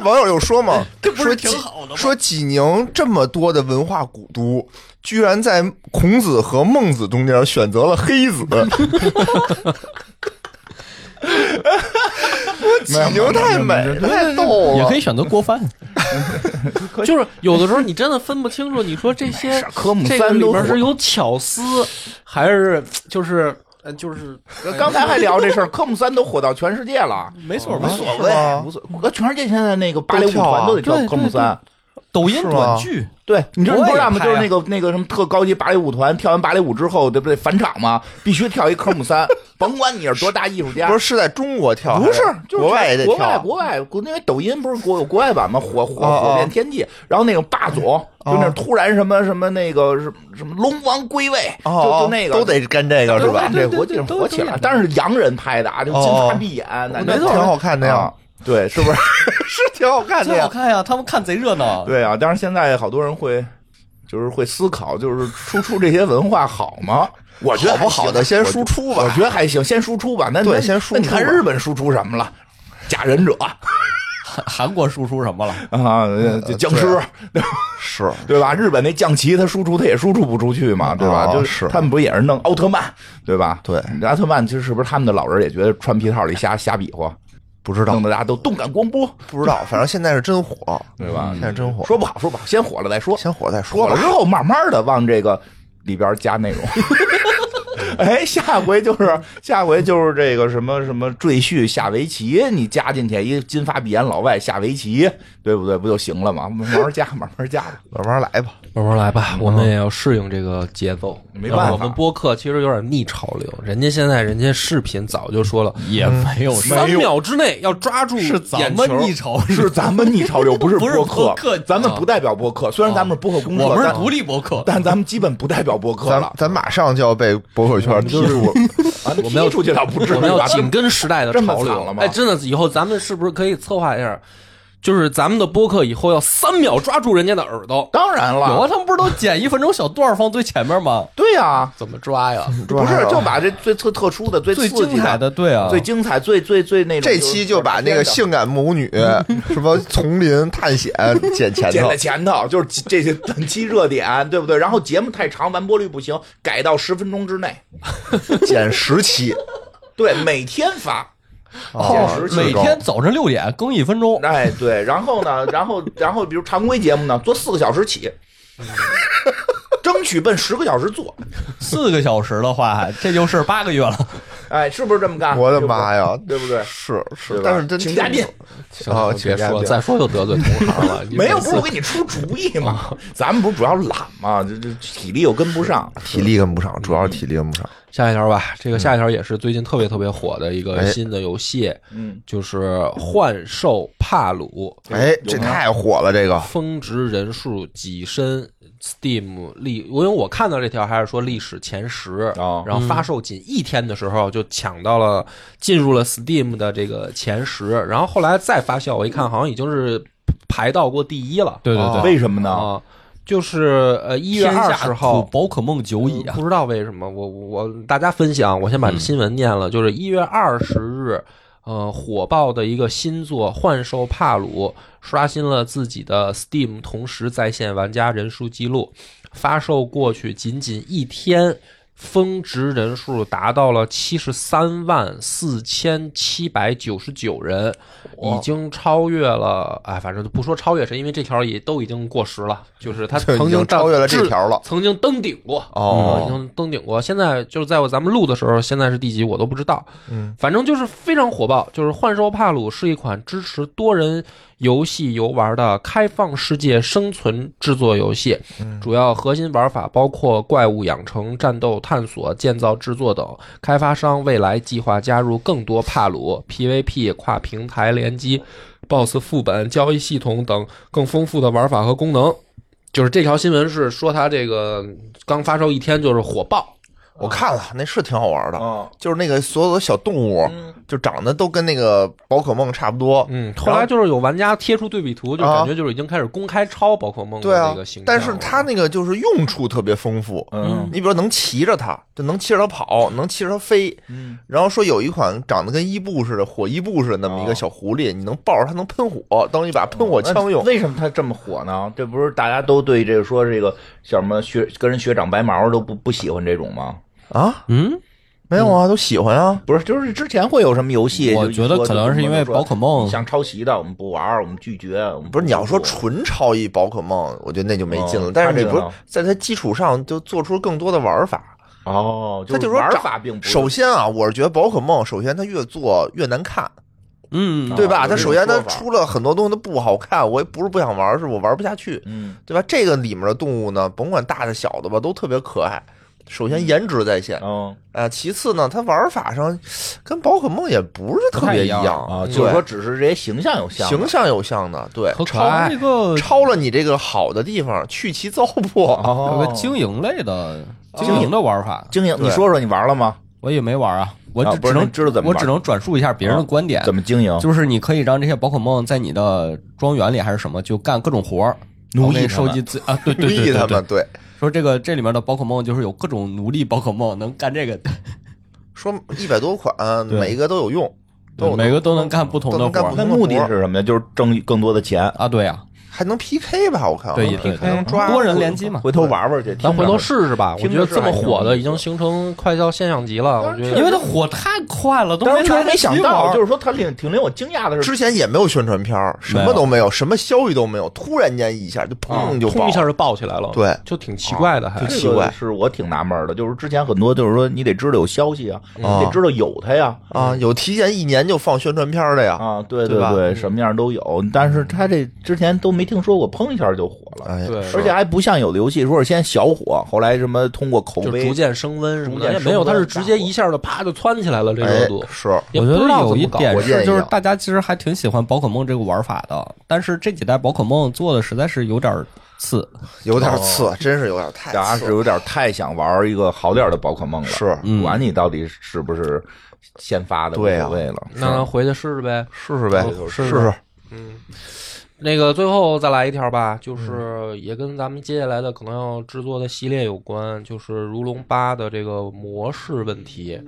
Speaker 2: 网友有说 嘛，
Speaker 3: 这不
Speaker 2: 说
Speaker 3: 是
Speaker 2: 济
Speaker 3: 挺好的吗
Speaker 2: 说济宁这么多的文化古都，居然在孔子和孟子中间选择了黑 子。济宁太美了，太逗
Speaker 4: 也可
Speaker 2: 了。
Speaker 4: 以选择锅 饭。
Speaker 1: 就是有的时候你真的分不清楚，你说这些
Speaker 5: 科目
Speaker 1: 这个
Speaker 5: 三
Speaker 1: 里
Speaker 5: 都
Speaker 1: 面是有巧思，还是就是呃就是
Speaker 5: 刚才还聊这事儿，科目三都火到全世界了，
Speaker 1: 没错
Speaker 5: 无
Speaker 1: 吧？
Speaker 5: 所
Speaker 2: 是
Speaker 5: 谓，
Speaker 2: 吗
Speaker 5: 无所谓。全世界现在那个芭蕾舞
Speaker 2: 跳啊
Speaker 5: 团都得跳科目三，
Speaker 4: 抖音
Speaker 2: 是吗
Speaker 4: 短剧，
Speaker 5: 对，你知道
Speaker 4: 我也
Speaker 5: 不知道吗？
Speaker 4: 拍
Speaker 5: 就是
Speaker 4: 啊
Speaker 5: 那个那个什么特高级芭蕾舞团，跳完芭蕾舞之后，对不对？返场嘛，必须跳一科目三，甭管你是多大艺术家
Speaker 2: 不是，是在中国跳，
Speaker 5: 不是，就是
Speaker 2: 国外也得
Speaker 5: 国外
Speaker 2: 跳。
Speaker 5: 国外国，因为抖音不是国有国外版嘛，火火
Speaker 2: 哦哦
Speaker 5: 火遍天际。然后那个霸总，就那突然什么什么那个什什么龙王归位，
Speaker 2: 哦
Speaker 5: 就
Speaker 2: 哦
Speaker 5: 就那个
Speaker 2: 都得干这个是
Speaker 5: 是吧
Speaker 2: 吧？？
Speaker 5: 这
Speaker 4: 对对
Speaker 5: 国际上火起来，但是洋人拍的啊，就金
Speaker 2: 哦
Speaker 5: 发
Speaker 2: 哦
Speaker 5: 碧眼，那
Speaker 2: 那挺好看的呀，
Speaker 5: 啊对，是不是？是挺好
Speaker 2: 啊
Speaker 5: 看的
Speaker 4: 最好
Speaker 5: 呀，
Speaker 4: 看呀，他们看贼热闹。
Speaker 5: 对啊。当然现在好多人会，就是会思考，就是输出这些文化好吗？ 我觉得
Speaker 2: 好不
Speaker 5: 还行
Speaker 2: 好的先
Speaker 5: 我
Speaker 2: 输出吧
Speaker 5: 我觉得还行，先输出吧。啊那
Speaker 2: 对
Speaker 5: 那
Speaker 2: 先输
Speaker 5: 那你
Speaker 2: 出
Speaker 5: 看
Speaker 2: 吧
Speaker 5: 日本输出什么了？假忍 者，
Speaker 4: 韩韩国输出什么了？
Speaker 5: 啊，这僵尸
Speaker 2: 对是
Speaker 5: 对吧？日本那降旗，他输出他也输出不出去嘛，对吧？
Speaker 2: 哦
Speaker 5: 就是他们不也是弄奥特曼，对吧？
Speaker 2: 对，
Speaker 5: 奥特曼其实是不是他们的老人也觉得穿皮套里瞎瞎比划，
Speaker 2: 不知道
Speaker 5: 弄，得大家都动感光波，
Speaker 2: 不知道，反正现在是真火，
Speaker 5: 对吧？
Speaker 2: 现在真火，
Speaker 5: 说不好，说不好，嗯先火了再说，
Speaker 2: 先火再说
Speaker 5: 火了
Speaker 2: 吧
Speaker 5: 之。后慢慢的往这个里边加内 容。哎，下回就是下回就是这个什么什么赘婿下围棋，你加进去一金发碧眼老外下围棋，对不对？不就行了吗？慢慢加，慢慢加吧。
Speaker 2: 慢慢来吧，
Speaker 1: 慢慢来吧，我们也要适应这个节奏。
Speaker 5: 嗯没办法
Speaker 1: 我们播客其实有点逆潮流，人家现在人家视频早就说了，
Speaker 4: 也没有
Speaker 1: 三秒之内要抓住
Speaker 4: 是咱
Speaker 1: 眼
Speaker 4: 们
Speaker 1: 球
Speaker 4: 逆潮，
Speaker 5: 是咱们逆潮流，不是
Speaker 4: 哦不是
Speaker 5: 播
Speaker 4: 播客啊哦
Speaker 5: 咱们不代表播客。虽然咱们是播客公社，
Speaker 4: 我们是
Speaker 5: 但
Speaker 4: 独立博客，
Speaker 5: 但咱们基本不代表播客
Speaker 2: 咱
Speaker 5: 了。嗯
Speaker 2: 咱马上就要被博客圈踢出，
Speaker 5: 咱
Speaker 1: 我们要
Speaker 5: 出去了，不至
Speaker 1: 我
Speaker 5: 于
Speaker 1: 们要
Speaker 5: 吧？
Speaker 1: 紧跟时代的
Speaker 5: 这么
Speaker 1: 潮
Speaker 5: 惨
Speaker 1: 流
Speaker 5: 了吗
Speaker 1: 哎，真的，以后咱们是不是可以策划一下，就是咱们的播客以后要三秒抓住人家的耳朵？
Speaker 5: 当然
Speaker 4: 有啊，
Speaker 5: 了，
Speaker 4: 他们不是都剪一分钟小段儿放最前面吗？
Speaker 5: 对呀，
Speaker 1: 怎么抓呀？
Speaker 5: 不是就把这最特特殊的、最
Speaker 4: 最
Speaker 5: 刺
Speaker 4: 精
Speaker 5: 激
Speaker 4: 彩的，对啊，
Speaker 5: 最精彩、最最最那种。
Speaker 2: 这期就把那个性感母 女、什么丛林探险捡前
Speaker 5: 剪
Speaker 2: 头
Speaker 5: 在，前头，就是这些 本期热点，对不对？然后节目太长，完播率不行，改到十分钟之内。
Speaker 2: 捡十期，
Speaker 5: 对，每天发，
Speaker 2: 哦
Speaker 5: 减十期
Speaker 4: 每天早晨六点更一分钟，
Speaker 5: 哎，对，然后呢，然后然后比如常规节目呢，做四个小时起， 争取奔十个小时做，
Speaker 4: 四个小时的话，这就是八个月了。
Speaker 5: 哎，是不是这么干？
Speaker 2: 我的妈呀！
Speaker 5: 对不对，
Speaker 2: 是是
Speaker 5: 对，吧
Speaker 2: 但是真
Speaker 5: 请嘉宾
Speaker 1: 行
Speaker 2: 啊
Speaker 1: 了，
Speaker 2: 请
Speaker 1: 别
Speaker 4: 哦
Speaker 2: 嘉
Speaker 1: 说了，
Speaker 2: 宾
Speaker 1: 再说就得罪同行 了。你
Speaker 5: 没有，
Speaker 1: 每
Speaker 5: 不
Speaker 1: 次
Speaker 5: 是我给你出主意 吗？哦咱们不是主要懒嘛，这这体力又跟不上，
Speaker 2: 体力跟不上，主要是体力跟不上。
Speaker 1: 下一条吧，这个下一条也是最近特别特别火的一个
Speaker 2: 哎
Speaker 1: 新的游戏，
Speaker 5: 嗯，
Speaker 1: 就是《幻兽帕鲁》，
Speaker 2: 哎，这太火了，这个
Speaker 1: 峰值人数跻身 Steam 历，因为我看到这条还是说历史前十，
Speaker 5: 哦
Speaker 1: 然后发售仅一天的时候就抢到了，进入了 Steam 的这个前十，然后后来再发酵，我一看好像已经是排到过第一了，
Speaker 4: 对哦
Speaker 2: 对对
Speaker 5: 为什么呢？
Speaker 1: 啊，就是呃一月二十号
Speaker 4: 宝可梦久矣
Speaker 1: 呃
Speaker 4: 啊！
Speaker 1: 不知道为什么，我我我大家分享，我先
Speaker 2: 嗯
Speaker 1: 把这新闻念了，就是一月二十日，呃，火爆的一个新作《幻兽帕鲁》刷新了自己的 Steam 同时在线玩家人数记录，发售过去仅仅一天。峰值人数达到了七十三万四千七百九十九人，已经超越了，哎，反正就不说超越谁，因为这条也都已经过时了，就是它
Speaker 2: 就已
Speaker 1: 曾
Speaker 2: 经
Speaker 1: 经
Speaker 2: 超越了
Speaker 1: 至
Speaker 2: 这条了。
Speaker 1: 曾经登顶过
Speaker 2: 哦
Speaker 1: 嗯已经登顶过。现在就是在我咱们录的时候，现在是第几我都不知道，
Speaker 2: 嗯，
Speaker 1: 反正就是非常火爆。就是《幻兽帕鲁》是一款支持多人游戏游玩的开放世界生存制作游戏，主要核心玩法包括怪物养成、战斗、探索、建造、制作等。开发商未来计划加入更多帕鲁、PVP、跨平台联机、BOSS 副本、交易系统等更丰富的玩法和功能。就是这条新闻是说它这个刚发售一天就是火爆，
Speaker 2: 我看了，那是挺好玩的，
Speaker 5: 啊，
Speaker 2: 就是那个所有的小动物，
Speaker 5: 哦嗯
Speaker 2: 就长得都跟那个宝可梦差不多，
Speaker 1: 嗯，后来就是有玩家贴出对比图，就
Speaker 2: 啊
Speaker 1: 感觉就是已经开始公开抄宝可梦的
Speaker 2: 对啊
Speaker 1: 嗯那个形象，了。
Speaker 2: 但是它那个就是用处特别丰富，
Speaker 5: 嗯
Speaker 2: 你比如能骑着它，就能骑着它跑，能骑着它飞。
Speaker 5: 嗯，
Speaker 2: 然后说有一款长得跟伊布似的，火伊布似的那么一个小狐狸，你能抱着它能喷火，当一把
Speaker 5: 哦
Speaker 2: 喷火枪用。
Speaker 5: 为什么它这么火呢？这不是大家都对这个说这个叫什么学跟人学长白毛都不不喜欢这种吗？
Speaker 2: 啊，
Speaker 4: 嗯，
Speaker 2: 没有啊，都喜欢啊。
Speaker 5: 不是，就是之前会有什么游戏？
Speaker 4: 我
Speaker 5: 就
Speaker 4: 觉得
Speaker 5: 说
Speaker 4: 可能是因为
Speaker 5: 说
Speaker 4: 宝可梦
Speaker 5: 想抄袭的，我们不玩儿，我们拒绝。我们
Speaker 2: 不是你要说
Speaker 5: 不
Speaker 2: 纯超一宝可梦，我觉得那就没劲了。
Speaker 5: 哦
Speaker 2: 但是你
Speaker 5: 它
Speaker 2: 不
Speaker 5: 这个
Speaker 2: 是
Speaker 5: 呢
Speaker 2: 在它基础上就做出更多的玩法？
Speaker 5: 哦，
Speaker 2: 它
Speaker 5: 是
Speaker 2: 就说
Speaker 5: 玩
Speaker 2: 长
Speaker 5: 法并不是
Speaker 2: 首先啊，我是觉得宝可梦，首先它越做越难看，
Speaker 4: 嗯，
Speaker 2: 对吧？
Speaker 5: 有
Speaker 2: 它
Speaker 5: 这
Speaker 2: 首
Speaker 5: 种
Speaker 2: 先它
Speaker 5: 说法
Speaker 2: 出了很多东西它不好看，我也不是不想玩，是我玩不下去。
Speaker 5: 嗯
Speaker 2: 对吧？这个里面的动物呢，甭管大的小的吧，都特别可爱。首先颜值在
Speaker 4: 啊
Speaker 2: 线，
Speaker 5: 嗯
Speaker 2: 呃，其次呢，它玩法上跟宝可梦也不是特别一
Speaker 4: 不太一样
Speaker 5: 啊，
Speaker 2: 对
Speaker 5: 就是说只是这些形象有像啊
Speaker 2: 形象有像的，对，
Speaker 4: 可可
Speaker 2: 超
Speaker 4: 爱那个
Speaker 2: 超了你这个好的地方，去其糟粕。
Speaker 5: 哦，
Speaker 4: 有个经营类的经营的玩法，
Speaker 5: 经营，你
Speaker 2: 对
Speaker 5: 说说你玩了吗？
Speaker 4: 我也没玩啊，我
Speaker 5: 啊
Speaker 4: 只
Speaker 5: 不是
Speaker 4: 只能
Speaker 5: 你知道怎么
Speaker 4: 我
Speaker 5: 玩
Speaker 4: 只能转述一下别人的观点，
Speaker 5: 怎么经营？
Speaker 4: 就是你可以让这些宝可梦在你的庄园里还是什么，就干各种活儿，
Speaker 5: 奴役
Speaker 4: 然后
Speaker 5: 他
Speaker 4: 收
Speaker 5: 们
Speaker 4: 集资啊，对
Speaker 2: 故
Speaker 4: 对对
Speaker 2: 意
Speaker 4: 对
Speaker 2: 他
Speaker 4: 对
Speaker 2: 们，对，
Speaker 4: 说这个这里面的宝可梦就是有各种奴隶宝可梦能干这个，
Speaker 2: 说一百多款，每一个都有用，都有
Speaker 4: 每个都能干不同
Speaker 2: 都
Speaker 4: 的
Speaker 2: 能
Speaker 4: 活
Speaker 2: 干
Speaker 4: 儿
Speaker 2: 不
Speaker 5: 那
Speaker 2: 同
Speaker 5: 目的是什么呀？就是挣更多的钱，
Speaker 4: 啊，对呀，
Speaker 2: 还能 PK 吧？我看啊
Speaker 4: 对对
Speaker 2: 还能
Speaker 4: 对，
Speaker 2: 抓
Speaker 4: 哎多人联机嘛，
Speaker 5: 回头玩玩去。
Speaker 1: 咱
Speaker 5: 听
Speaker 1: 回头
Speaker 5: 着
Speaker 1: 试试吧。我
Speaker 5: 听
Speaker 1: 觉
Speaker 5: 着
Speaker 1: 得
Speaker 5: 是
Speaker 1: 这么
Speaker 5: 还挺
Speaker 1: 火
Speaker 5: 有
Speaker 1: 的，
Speaker 5: 意
Speaker 1: 已经形成快到现象级了。我觉
Speaker 4: 因
Speaker 1: 得
Speaker 4: 为它火太快了，都
Speaker 5: 当
Speaker 4: 没啊
Speaker 5: 时确实没想到，就是是说他令挺令我惊讶的是，
Speaker 2: 之前也没有宣传片儿，什
Speaker 4: 没
Speaker 2: 么
Speaker 4: 有
Speaker 2: 都没有，什么消息都没有，突然间一下就砰就爆
Speaker 1: 砰一下就爆起来了，
Speaker 2: 对
Speaker 1: 就挺哎奇怪的，还
Speaker 2: 就
Speaker 5: 这
Speaker 2: 奇
Speaker 5: 个
Speaker 2: 怪
Speaker 5: 是我挺纳闷的，就是之前很多就是说你得知道有消息啊，你
Speaker 2: 啊
Speaker 5: 得知道有它呀，
Speaker 2: 啊！有提前一年就放宣传片儿的呀，
Speaker 5: 啊，对
Speaker 2: 对吧
Speaker 5: 对，什么样都有，但是他这之前都没听说过，砰一下就火了，
Speaker 2: 哎，
Speaker 1: 对，
Speaker 5: 而且还不像有的游戏说是先小火，后来什么通过口
Speaker 1: 就
Speaker 5: 碑
Speaker 1: 逐渐升温什么
Speaker 5: 逐渐
Speaker 1: 的，也
Speaker 5: 升
Speaker 1: 没有，
Speaker 5: 温
Speaker 1: 它是直接一下就啪就窜起来了这热度
Speaker 2: 哎、。是
Speaker 1: 也
Speaker 4: 我
Speaker 1: 不
Speaker 4: 觉得
Speaker 1: 知道
Speaker 4: 有
Speaker 1: 怎
Speaker 4: 一
Speaker 1: 么搞
Speaker 4: 点
Speaker 2: 我建
Speaker 4: 是，
Speaker 2: 议
Speaker 4: 就是
Speaker 2: 啊
Speaker 4: 大家其实还挺喜欢宝可梦这个玩法的，但是这几代宝可梦做的实在是有点儿次。
Speaker 2: 有点次，真哦是有点太
Speaker 5: 大家
Speaker 2: 次
Speaker 5: 啊是
Speaker 2: 了。
Speaker 5: 有点太想玩一个好点的宝可梦了，
Speaker 2: 是
Speaker 4: 嗯
Speaker 5: 管你到底是不是先发的，
Speaker 2: 对啊
Speaker 5: 无所谓了。
Speaker 1: 那咱回去试试呗。
Speaker 2: 试试呗，
Speaker 1: 哦
Speaker 2: 试
Speaker 1: 试试
Speaker 2: 试。
Speaker 1: 那个最后再来一条吧，就是也跟咱们接下来的可能要制作的系列有关，就是《如龙八》的这个模式问题。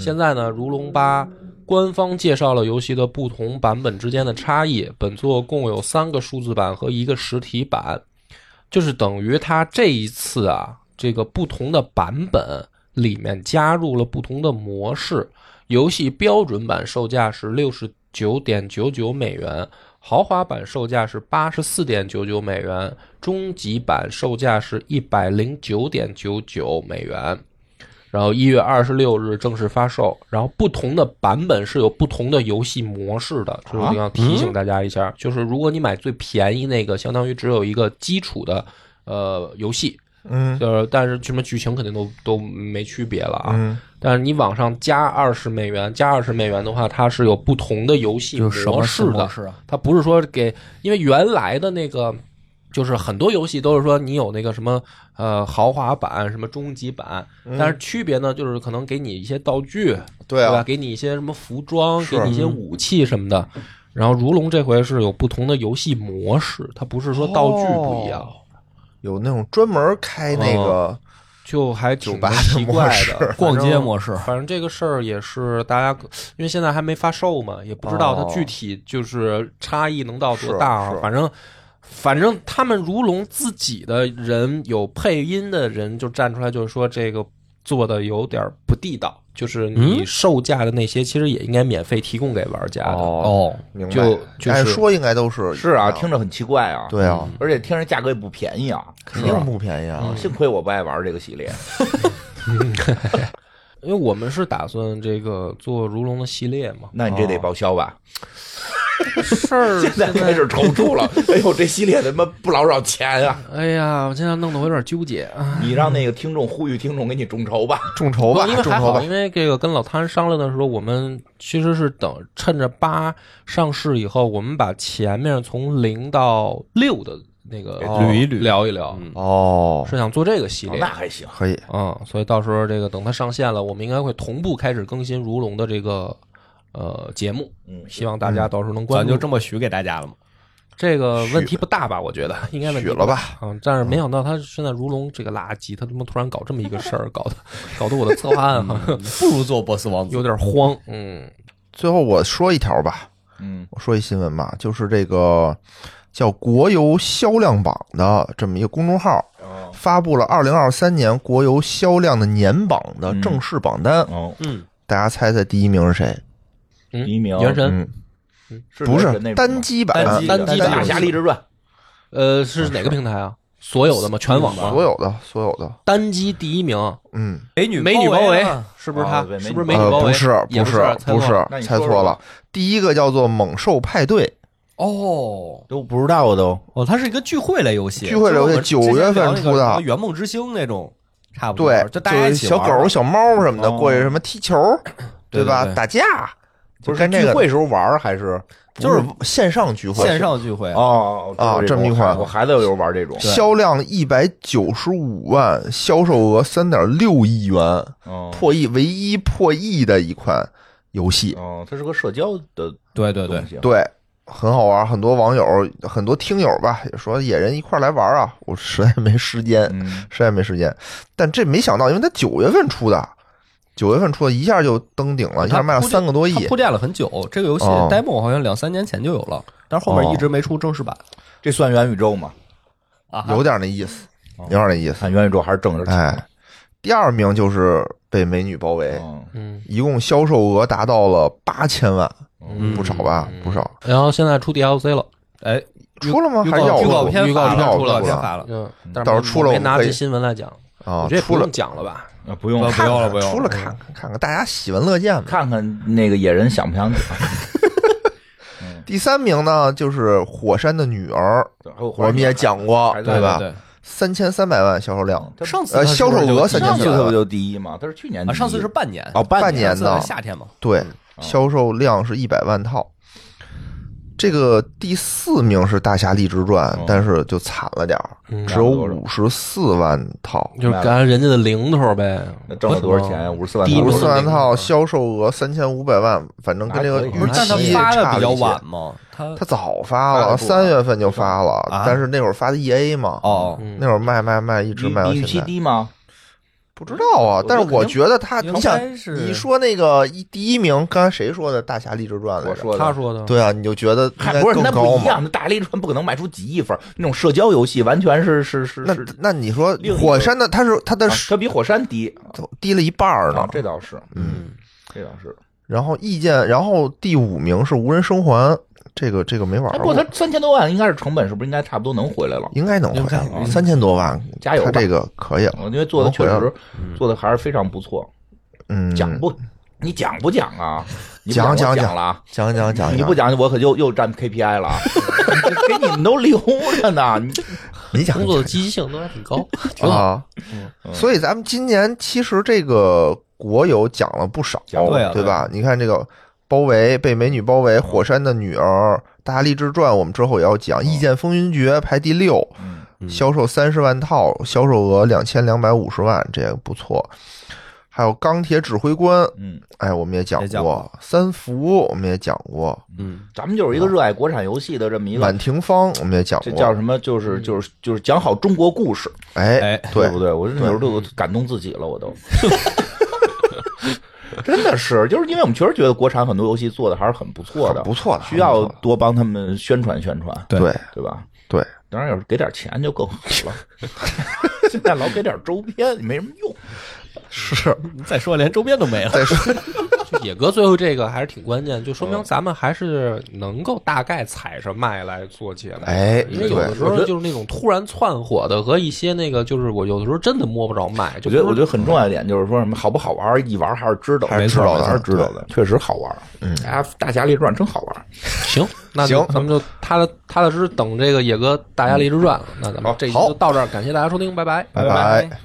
Speaker 1: 现在呢，《如龙八》官方介绍了游戏的不同版本之间的差异。本作共有三个数字版和一个实体版，就是等于它这一次啊，这个不同的版本里面加入了不同的模式。游戏标准版售价是六十九点九九美元，豪华版售价是八十四点九九美元，终极版售价是一百零九点九九美元。然后一月二十六日正式发售。然后不同的版本是有不同的游戏模式的，这我要提醒大家一下，就是如果你买最便宜那个，相当于只有一个基础的呃游戏，
Speaker 2: 嗯
Speaker 1: 就是但是什么剧情肯定都都没区别了啊。
Speaker 2: 嗯，
Speaker 1: 但是你往上加二十美元，加二十美元的话，它是有不同的游戏
Speaker 4: 就是什么
Speaker 1: 模式的
Speaker 4: 模，式啊？
Speaker 1: 它不是说给，因为原来的那个就是很多游戏都是说你有那个什么呃豪华版、什么终极版，
Speaker 4: 嗯
Speaker 1: 但是区别呢就是可能给你一些道具，
Speaker 2: 对
Speaker 1: 吧？
Speaker 2: 啊，
Speaker 1: 给你一些什么服装，
Speaker 2: 是
Speaker 1: 给你一些武器什么的。然后如龙这回是有不同的游戏模式，它不是说道具不一样，
Speaker 4: 哦
Speaker 2: 有那种专门开那个
Speaker 1: 就还
Speaker 2: 酒
Speaker 1: 挺
Speaker 2: 吧的
Speaker 1: 奇怪
Speaker 2: 模式
Speaker 1: 的。，
Speaker 4: 逛街模式，
Speaker 1: 反正这哦个事儿也是大家，因为现在还没发售嘛，也不知道它具体就是差异能到多大啊。
Speaker 2: 是是
Speaker 1: 反正，反正他们如龙自己的人有配音的人就站出来，就是说这个做的有点不地道，就是你
Speaker 4: 嗯
Speaker 1: 售价的那些其实也应该免费提供给玩家的。
Speaker 4: 哦，
Speaker 2: 明白？
Speaker 1: 就就是
Speaker 2: 按说应该都是
Speaker 5: 是啊，听着很奇怪啊，
Speaker 2: 对啊，
Speaker 5: 而且听着价格也不便宜啊，
Speaker 2: 肯
Speaker 5: 是
Speaker 2: 定
Speaker 5: 吧
Speaker 2: 不便宜啊。
Speaker 5: 幸亏我不爱玩这个系列，，
Speaker 1: 因为我们是打算这个做如龙的系列嘛
Speaker 5: 那你这
Speaker 4: 哦
Speaker 5: 得报销吧？
Speaker 1: 事儿
Speaker 5: 现在开始 踌躇了，哎呦，这系列他妈不老少钱啊！
Speaker 1: 哎呀，我现在弄得我有点纠结啊。
Speaker 5: 你让那个听众呼吁听众给你众筹 吧，
Speaker 2: 众筹吧，
Speaker 1: 不因为
Speaker 2: 众
Speaker 1: 还
Speaker 2: 筹
Speaker 1: 好，
Speaker 2: 吧。
Speaker 1: 因为这个跟老汤商量的时候，我们其实是等趁着八上市以后，我们把前面从零到六的那个
Speaker 2: 给
Speaker 1: 捋
Speaker 2: 捋
Speaker 1: 一捋，哦聊一聊，
Speaker 4: 嗯
Speaker 2: 哦，
Speaker 1: 是想做这个系列
Speaker 5: 那。还行，
Speaker 2: 可以，
Speaker 1: 嗯，所以到时候这个等它上线了，我们应该会同步开始更新如龙的这个呃节目，
Speaker 5: 嗯，
Speaker 1: 希望大家到时候能关
Speaker 4: 咱
Speaker 1: 注。
Speaker 4: 就这么许给大家了嘛。
Speaker 1: 这个问题不大吧？我觉得应该问题
Speaker 2: 许
Speaker 1: 不
Speaker 2: 了
Speaker 1: 大
Speaker 2: 吧？
Speaker 1: 嗯，但是没想到他现在如龙这个垃圾，他他妈突然搞这么一个事儿，搞得搞得我的策划案好像
Speaker 4: 不如做波斯王子
Speaker 1: 有。点慌。嗯，
Speaker 2: 最后我说一条吧，
Speaker 5: 嗯
Speaker 2: 我说一新闻吧，就是这个叫国游销量榜的这么一个公众号，
Speaker 5: 哦
Speaker 2: 发布了二零二三年国游销量的年榜的
Speaker 5: 嗯
Speaker 2: 正式榜单，
Speaker 5: 哦，
Speaker 4: 嗯，
Speaker 2: 大家猜猜第一名是谁？
Speaker 1: 嗯
Speaker 5: 第一名
Speaker 1: 原神，
Speaker 2: 嗯，
Speaker 5: 不
Speaker 2: 不是单机版，
Speaker 4: 单机
Speaker 2: 单
Speaker 4: 单机
Speaker 2: 版
Speaker 5: 大侠立志传
Speaker 2: 嗯
Speaker 1: 呃，是哪个平台啊？所有的吗？全网吗？
Speaker 2: 所有的所有的，
Speaker 1: 单机第一名，
Speaker 2: 嗯，
Speaker 4: 美女
Speaker 1: 美女包围
Speaker 4: 啊
Speaker 1: 是不是他
Speaker 5: 哦对？
Speaker 1: 是不是
Speaker 5: 美
Speaker 1: 美女
Speaker 5: 女
Speaker 2: 呃，
Speaker 1: 包围？
Speaker 2: 不是
Speaker 1: 也
Speaker 2: 是
Speaker 1: 是，猜
Speaker 2: 不
Speaker 1: 错了
Speaker 5: 那你
Speaker 2: 猜
Speaker 5: 说
Speaker 2: 错
Speaker 5: 说
Speaker 2: 了，第一个叫做猛兽派对，
Speaker 4: 哦
Speaker 5: 都不知道都，
Speaker 4: 哦，它是一个聚会类游戏，
Speaker 2: 聚会类游戏
Speaker 4: 就是我
Speaker 2: 9
Speaker 4: 们
Speaker 2: 月份
Speaker 4: 之前聊那个
Speaker 2: 出的
Speaker 4: 什么圆梦之星那种，差不多
Speaker 2: 对，
Speaker 4: 就大家一起
Speaker 2: 小
Speaker 4: 玩儿
Speaker 2: 狗、小猫什么的
Speaker 5: 哦
Speaker 2: 过去什么踢球，
Speaker 4: 对
Speaker 2: 吧
Speaker 4: 对？对
Speaker 2: 打架，
Speaker 5: 不
Speaker 2: 干
Speaker 5: 是
Speaker 2: 这
Speaker 5: 聚
Speaker 2: 个的
Speaker 5: 会时候玩儿还是
Speaker 2: 就是线上聚会，
Speaker 4: 线上聚会，
Speaker 5: 哦
Speaker 2: 啊这么一款
Speaker 5: 我孩子有时候玩这种，
Speaker 2: 销量一百九十五万，销售额三点六亿元，
Speaker 5: 哦
Speaker 2: 破亿，唯一破亿的一款游戏。
Speaker 5: 哦，它是个社交的
Speaker 4: 对对对
Speaker 5: 东，西，
Speaker 2: 对，很好玩，很多网友、很多听友吧也说野人一块来玩啊，我实在没时间，
Speaker 5: 嗯，
Speaker 2: 实在没时间。但这没想到，因为它九月份出的，九月份出的一下就登顶了，一下卖了三个多亿
Speaker 4: 它。铺垫了很久，这个游戏
Speaker 2: 哦
Speaker 4: demo 好像两三年前就有了，但是后面一直没出正式版
Speaker 5: 这算元宇宙吗？
Speaker 4: 啊哈。
Speaker 2: 有点那意思，
Speaker 4: 嗯
Speaker 2: 有点那意思。
Speaker 5: 看元宇宙还是
Speaker 4: 哦
Speaker 5: 正着
Speaker 2: 哎，第二名就是被美女包围，
Speaker 4: 哦
Speaker 5: 嗯
Speaker 1: 嗯，
Speaker 2: 一共销售额达到了八千万，
Speaker 5: 哦
Speaker 1: 嗯
Speaker 2: 不少吧？不少。
Speaker 1: 然后现在出 DLC 了，
Speaker 4: 哎，
Speaker 2: 出了吗？
Speaker 4: 预
Speaker 2: 还是
Speaker 4: 告
Speaker 2: 要
Speaker 4: 预告
Speaker 2: 我
Speaker 4: 片
Speaker 1: 预告
Speaker 4: 发了，
Speaker 2: 片
Speaker 4: 预
Speaker 2: 出了
Speaker 4: 告片发了，
Speaker 1: 嗯，但
Speaker 2: 到时候出了
Speaker 1: 没
Speaker 2: 我
Speaker 1: 拿
Speaker 2: 可以
Speaker 1: 这新闻来讲，
Speaker 2: 啊
Speaker 4: 哦
Speaker 1: 我觉得？也
Speaker 2: 出
Speaker 1: 不
Speaker 2: 了
Speaker 1: 用，讲了吧？
Speaker 5: 啊，不用了
Speaker 4: 不用了不用了嗯
Speaker 2: 出了看看看看，大家喜闻乐见嘛。
Speaker 5: 看看那个野人想不想讲？
Speaker 2: 第三名呢，就是《火山的女儿》，我们也讲过，
Speaker 5: 还在
Speaker 4: 对
Speaker 2: 吧？
Speaker 4: 对。嗯
Speaker 2: 三千三百万销售量，
Speaker 5: 他
Speaker 4: 上次
Speaker 2: 呃
Speaker 4: 它是不是
Speaker 2: 销售
Speaker 4: 就
Speaker 2: 额
Speaker 4: 第一
Speaker 2: 三千
Speaker 5: 上
Speaker 2: 四
Speaker 5: 次
Speaker 4: 啊
Speaker 5: 他不就第一吗？他是去
Speaker 2: 啊
Speaker 5: 年第一
Speaker 4: 上次是半年
Speaker 5: 哦半
Speaker 2: 半年
Speaker 4: 上次
Speaker 2: 呢
Speaker 4: 是夏天嘛，
Speaker 2: 对，
Speaker 5: 嗯
Speaker 2: 销售量是一百万套。这个第四名是《大侠立志传》
Speaker 5: 哦
Speaker 2: 但是就惨了点儿，
Speaker 1: 嗯
Speaker 2: 只有五十四万套，
Speaker 1: 就是赶人家的零头呗
Speaker 5: 那。挣了多少钱？五十四万
Speaker 1: 第一
Speaker 5: 多
Speaker 2: 五
Speaker 1: 名
Speaker 2: 十
Speaker 5: 少
Speaker 2: 四
Speaker 5: 钱。
Speaker 2: 万套，销售额三千五百万，反正跟这个
Speaker 5: 那
Speaker 2: 预
Speaker 5: 可以
Speaker 4: 不是，但他
Speaker 2: 期
Speaker 4: 发的
Speaker 2: 差了
Speaker 4: 比较
Speaker 2: 一些哦
Speaker 4: 晚。嘛，他
Speaker 2: 他早发
Speaker 5: 发
Speaker 2: 了，
Speaker 5: 得多
Speaker 2: 三月份就发了，
Speaker 4: 啊
Speaker 2: 但是那会儿发的 EA 嘛，
Speaker 4: 哦，
Speaker 1: 嗯
Speaker 2: 那会儿卖卖卖，一直
Speaker 5: 比
Speaker 2: 卖到
Speaker 5: 比
Speaker 2: 现
Speaker 5: 预期
Speaker 2: 在。
Speaker 5: 低吗？
Speaker 2: 不知道啊，但是我觉得他，
Speaker 4: 应
Speaker 2: 你想，
Speaker 4: 该是
Speaker 2: 你说那个一第一名，刚才谁说的《大侠立志传》来
Speaker 5: 我
Speaker 2: 着？
Speaker 5: 说的
Speaker 1: 他说的，
Speaker 2: 对啊，你就觉得应
Speaker 5: 还
Speaker 2: 该
Speaker 5: 不是
Speaker 2: 更
Speaker 5: 那
Speaker 2: 高
Speaker 5: 不一
Speaker 2: 嘛？
Speaker 5: 样，那大力传不可能卖出几亿份儿，那种社交游戏完全是是是
Speaker 2: 那
Speaker 5: 是，
Speaker 2: 那你说
Speaker 5: 另一个
Speaker 2: 火山的，他是他的
Speaker 5: 啊它比火山低，
Speaker 2: 低了一半儿呢
Speaker 5: 啊。这倒是，
Speaker 2: 嗯，
Speaker 5: 这倒是。
Speaker 2: 然后意见，然后第五名是无人生还，这个这个没玩
Speaker 5: 哎，不
Speaker 2: 过
Speaker 5: 过，它三千多万应该是成本，是不是应该差不多能回来了？
Speaker 2: 应该能
Speaker 4: 应
Speaker 2: 回
Speaker 4: 该
Speaker 2: 来三千多万，
Speaker 5: 加油
Speaker 2: 他
Speaker 5: 吧
Speaker 2: 这个可以了。
Speaker 5: 因为做的确
Speaker 2: 能回
Speaker 5: 实做的还是非常不错。
Speaker 2: 嗯，
Speaker 5: 讲不？你讲不讲 啊？你不
Speaker 2: 讲
Speaker 5: 我
Speaker 2: 讲
Speaker 5: 讲了啊！
Speaker 2: 讲讲讲，
Speaker 5: 你不讲，我可就又占 KPI 了啊！给你们都留着呢。你
Speaker 2: 你讲
Speaker 1: 工
Speaker 2: 讲
Speaker 1: 作的积极性都还挺高，挺好。
Speaker 2: 啊，
Speaker 5: 嗯
Speaker 2: 所以咱们今年其实这个国游讲了不少，
Speaker 5: 讲了
Speaker 4: 对啊
Speaker 2: 哦对吧？你看这个包围被美女包围，火山的女儿，大侠立志传，我们之后也要讲，意见风云决排第六，
Speaker 5: 嗯
Speaker 2: 销售三十万套，销售额两千两百五十万，这也不错。还有钢铁指挥官，
Speaker 5: 嗯，
Speaker 2: 哎，我们也讲
Speaker 4: 也讲
Speaker 2: 过
Speaker 4: 过，
Speaker 2: 三福我们也讲过，
Speaker 4: 嗯，
Speaker 5: 咱们就是一个热爱国产游戏的这么一个
Speaker 2: 满，庭芳我们也讲
Speaker 5: 这
Speaker 2: 过，
Speaker 5: 叫什么？就是就是就是讲好中国故事，
Speaker 2: 哎
Speaker 4: 哎，
Speaker 2: 嗯对
Speaker 5: 不，对？我有时候都感动自己了，我都。 真的是，就是因为我们确实觉得国产很多游戏做的还是很不错的，
Speaker 2: 很不错的
Speaker 5: 需要多帮他们宣传宣传，
Speaker 4: 对
Speaker 2: 对
Speaker 5: 对吧？
Speaker 2: 对，
Speaker 5: 当然，要是给点钱就更好了。 现在老给点周边没什么用，
Speaker 2: 是
Speaker 4: 你再说连周边都没了，
Speaker 2: 再说。
Speaker 1: 就野哥最后这个还是挺关键，就说明咱们还是能够大概踩着脉来做节目。
Speaker 2: 哎
Speaker 1: 因为有的时候就是那种突然窜火的和一些那个，就是我有的时候真的摸不着脉。
Speaker 5: 我
Speaker 1: 就
Speaker 5: 觉得我觉
Speaker 1: 得
Speaker 5: 得很重要一点就是说什么好不好玩儿，一玩儿还是知道的，
Speaker 2: 还是知道的
Speaker 5: 还是知道的，确实好玩儿。嗯，大家大侠列传真好玩儿。
Speaker 1: 行， 那就
Speaker 2: 行
Speaker 1: 咱们就踏踏踏踏实实等这个野哥《大侠立志传》了。那咱们这一期
Speaker 2: 好
Speaker 1: 就到这儿，感谢大家收听，拜拜，
Speaker 2: 拜拜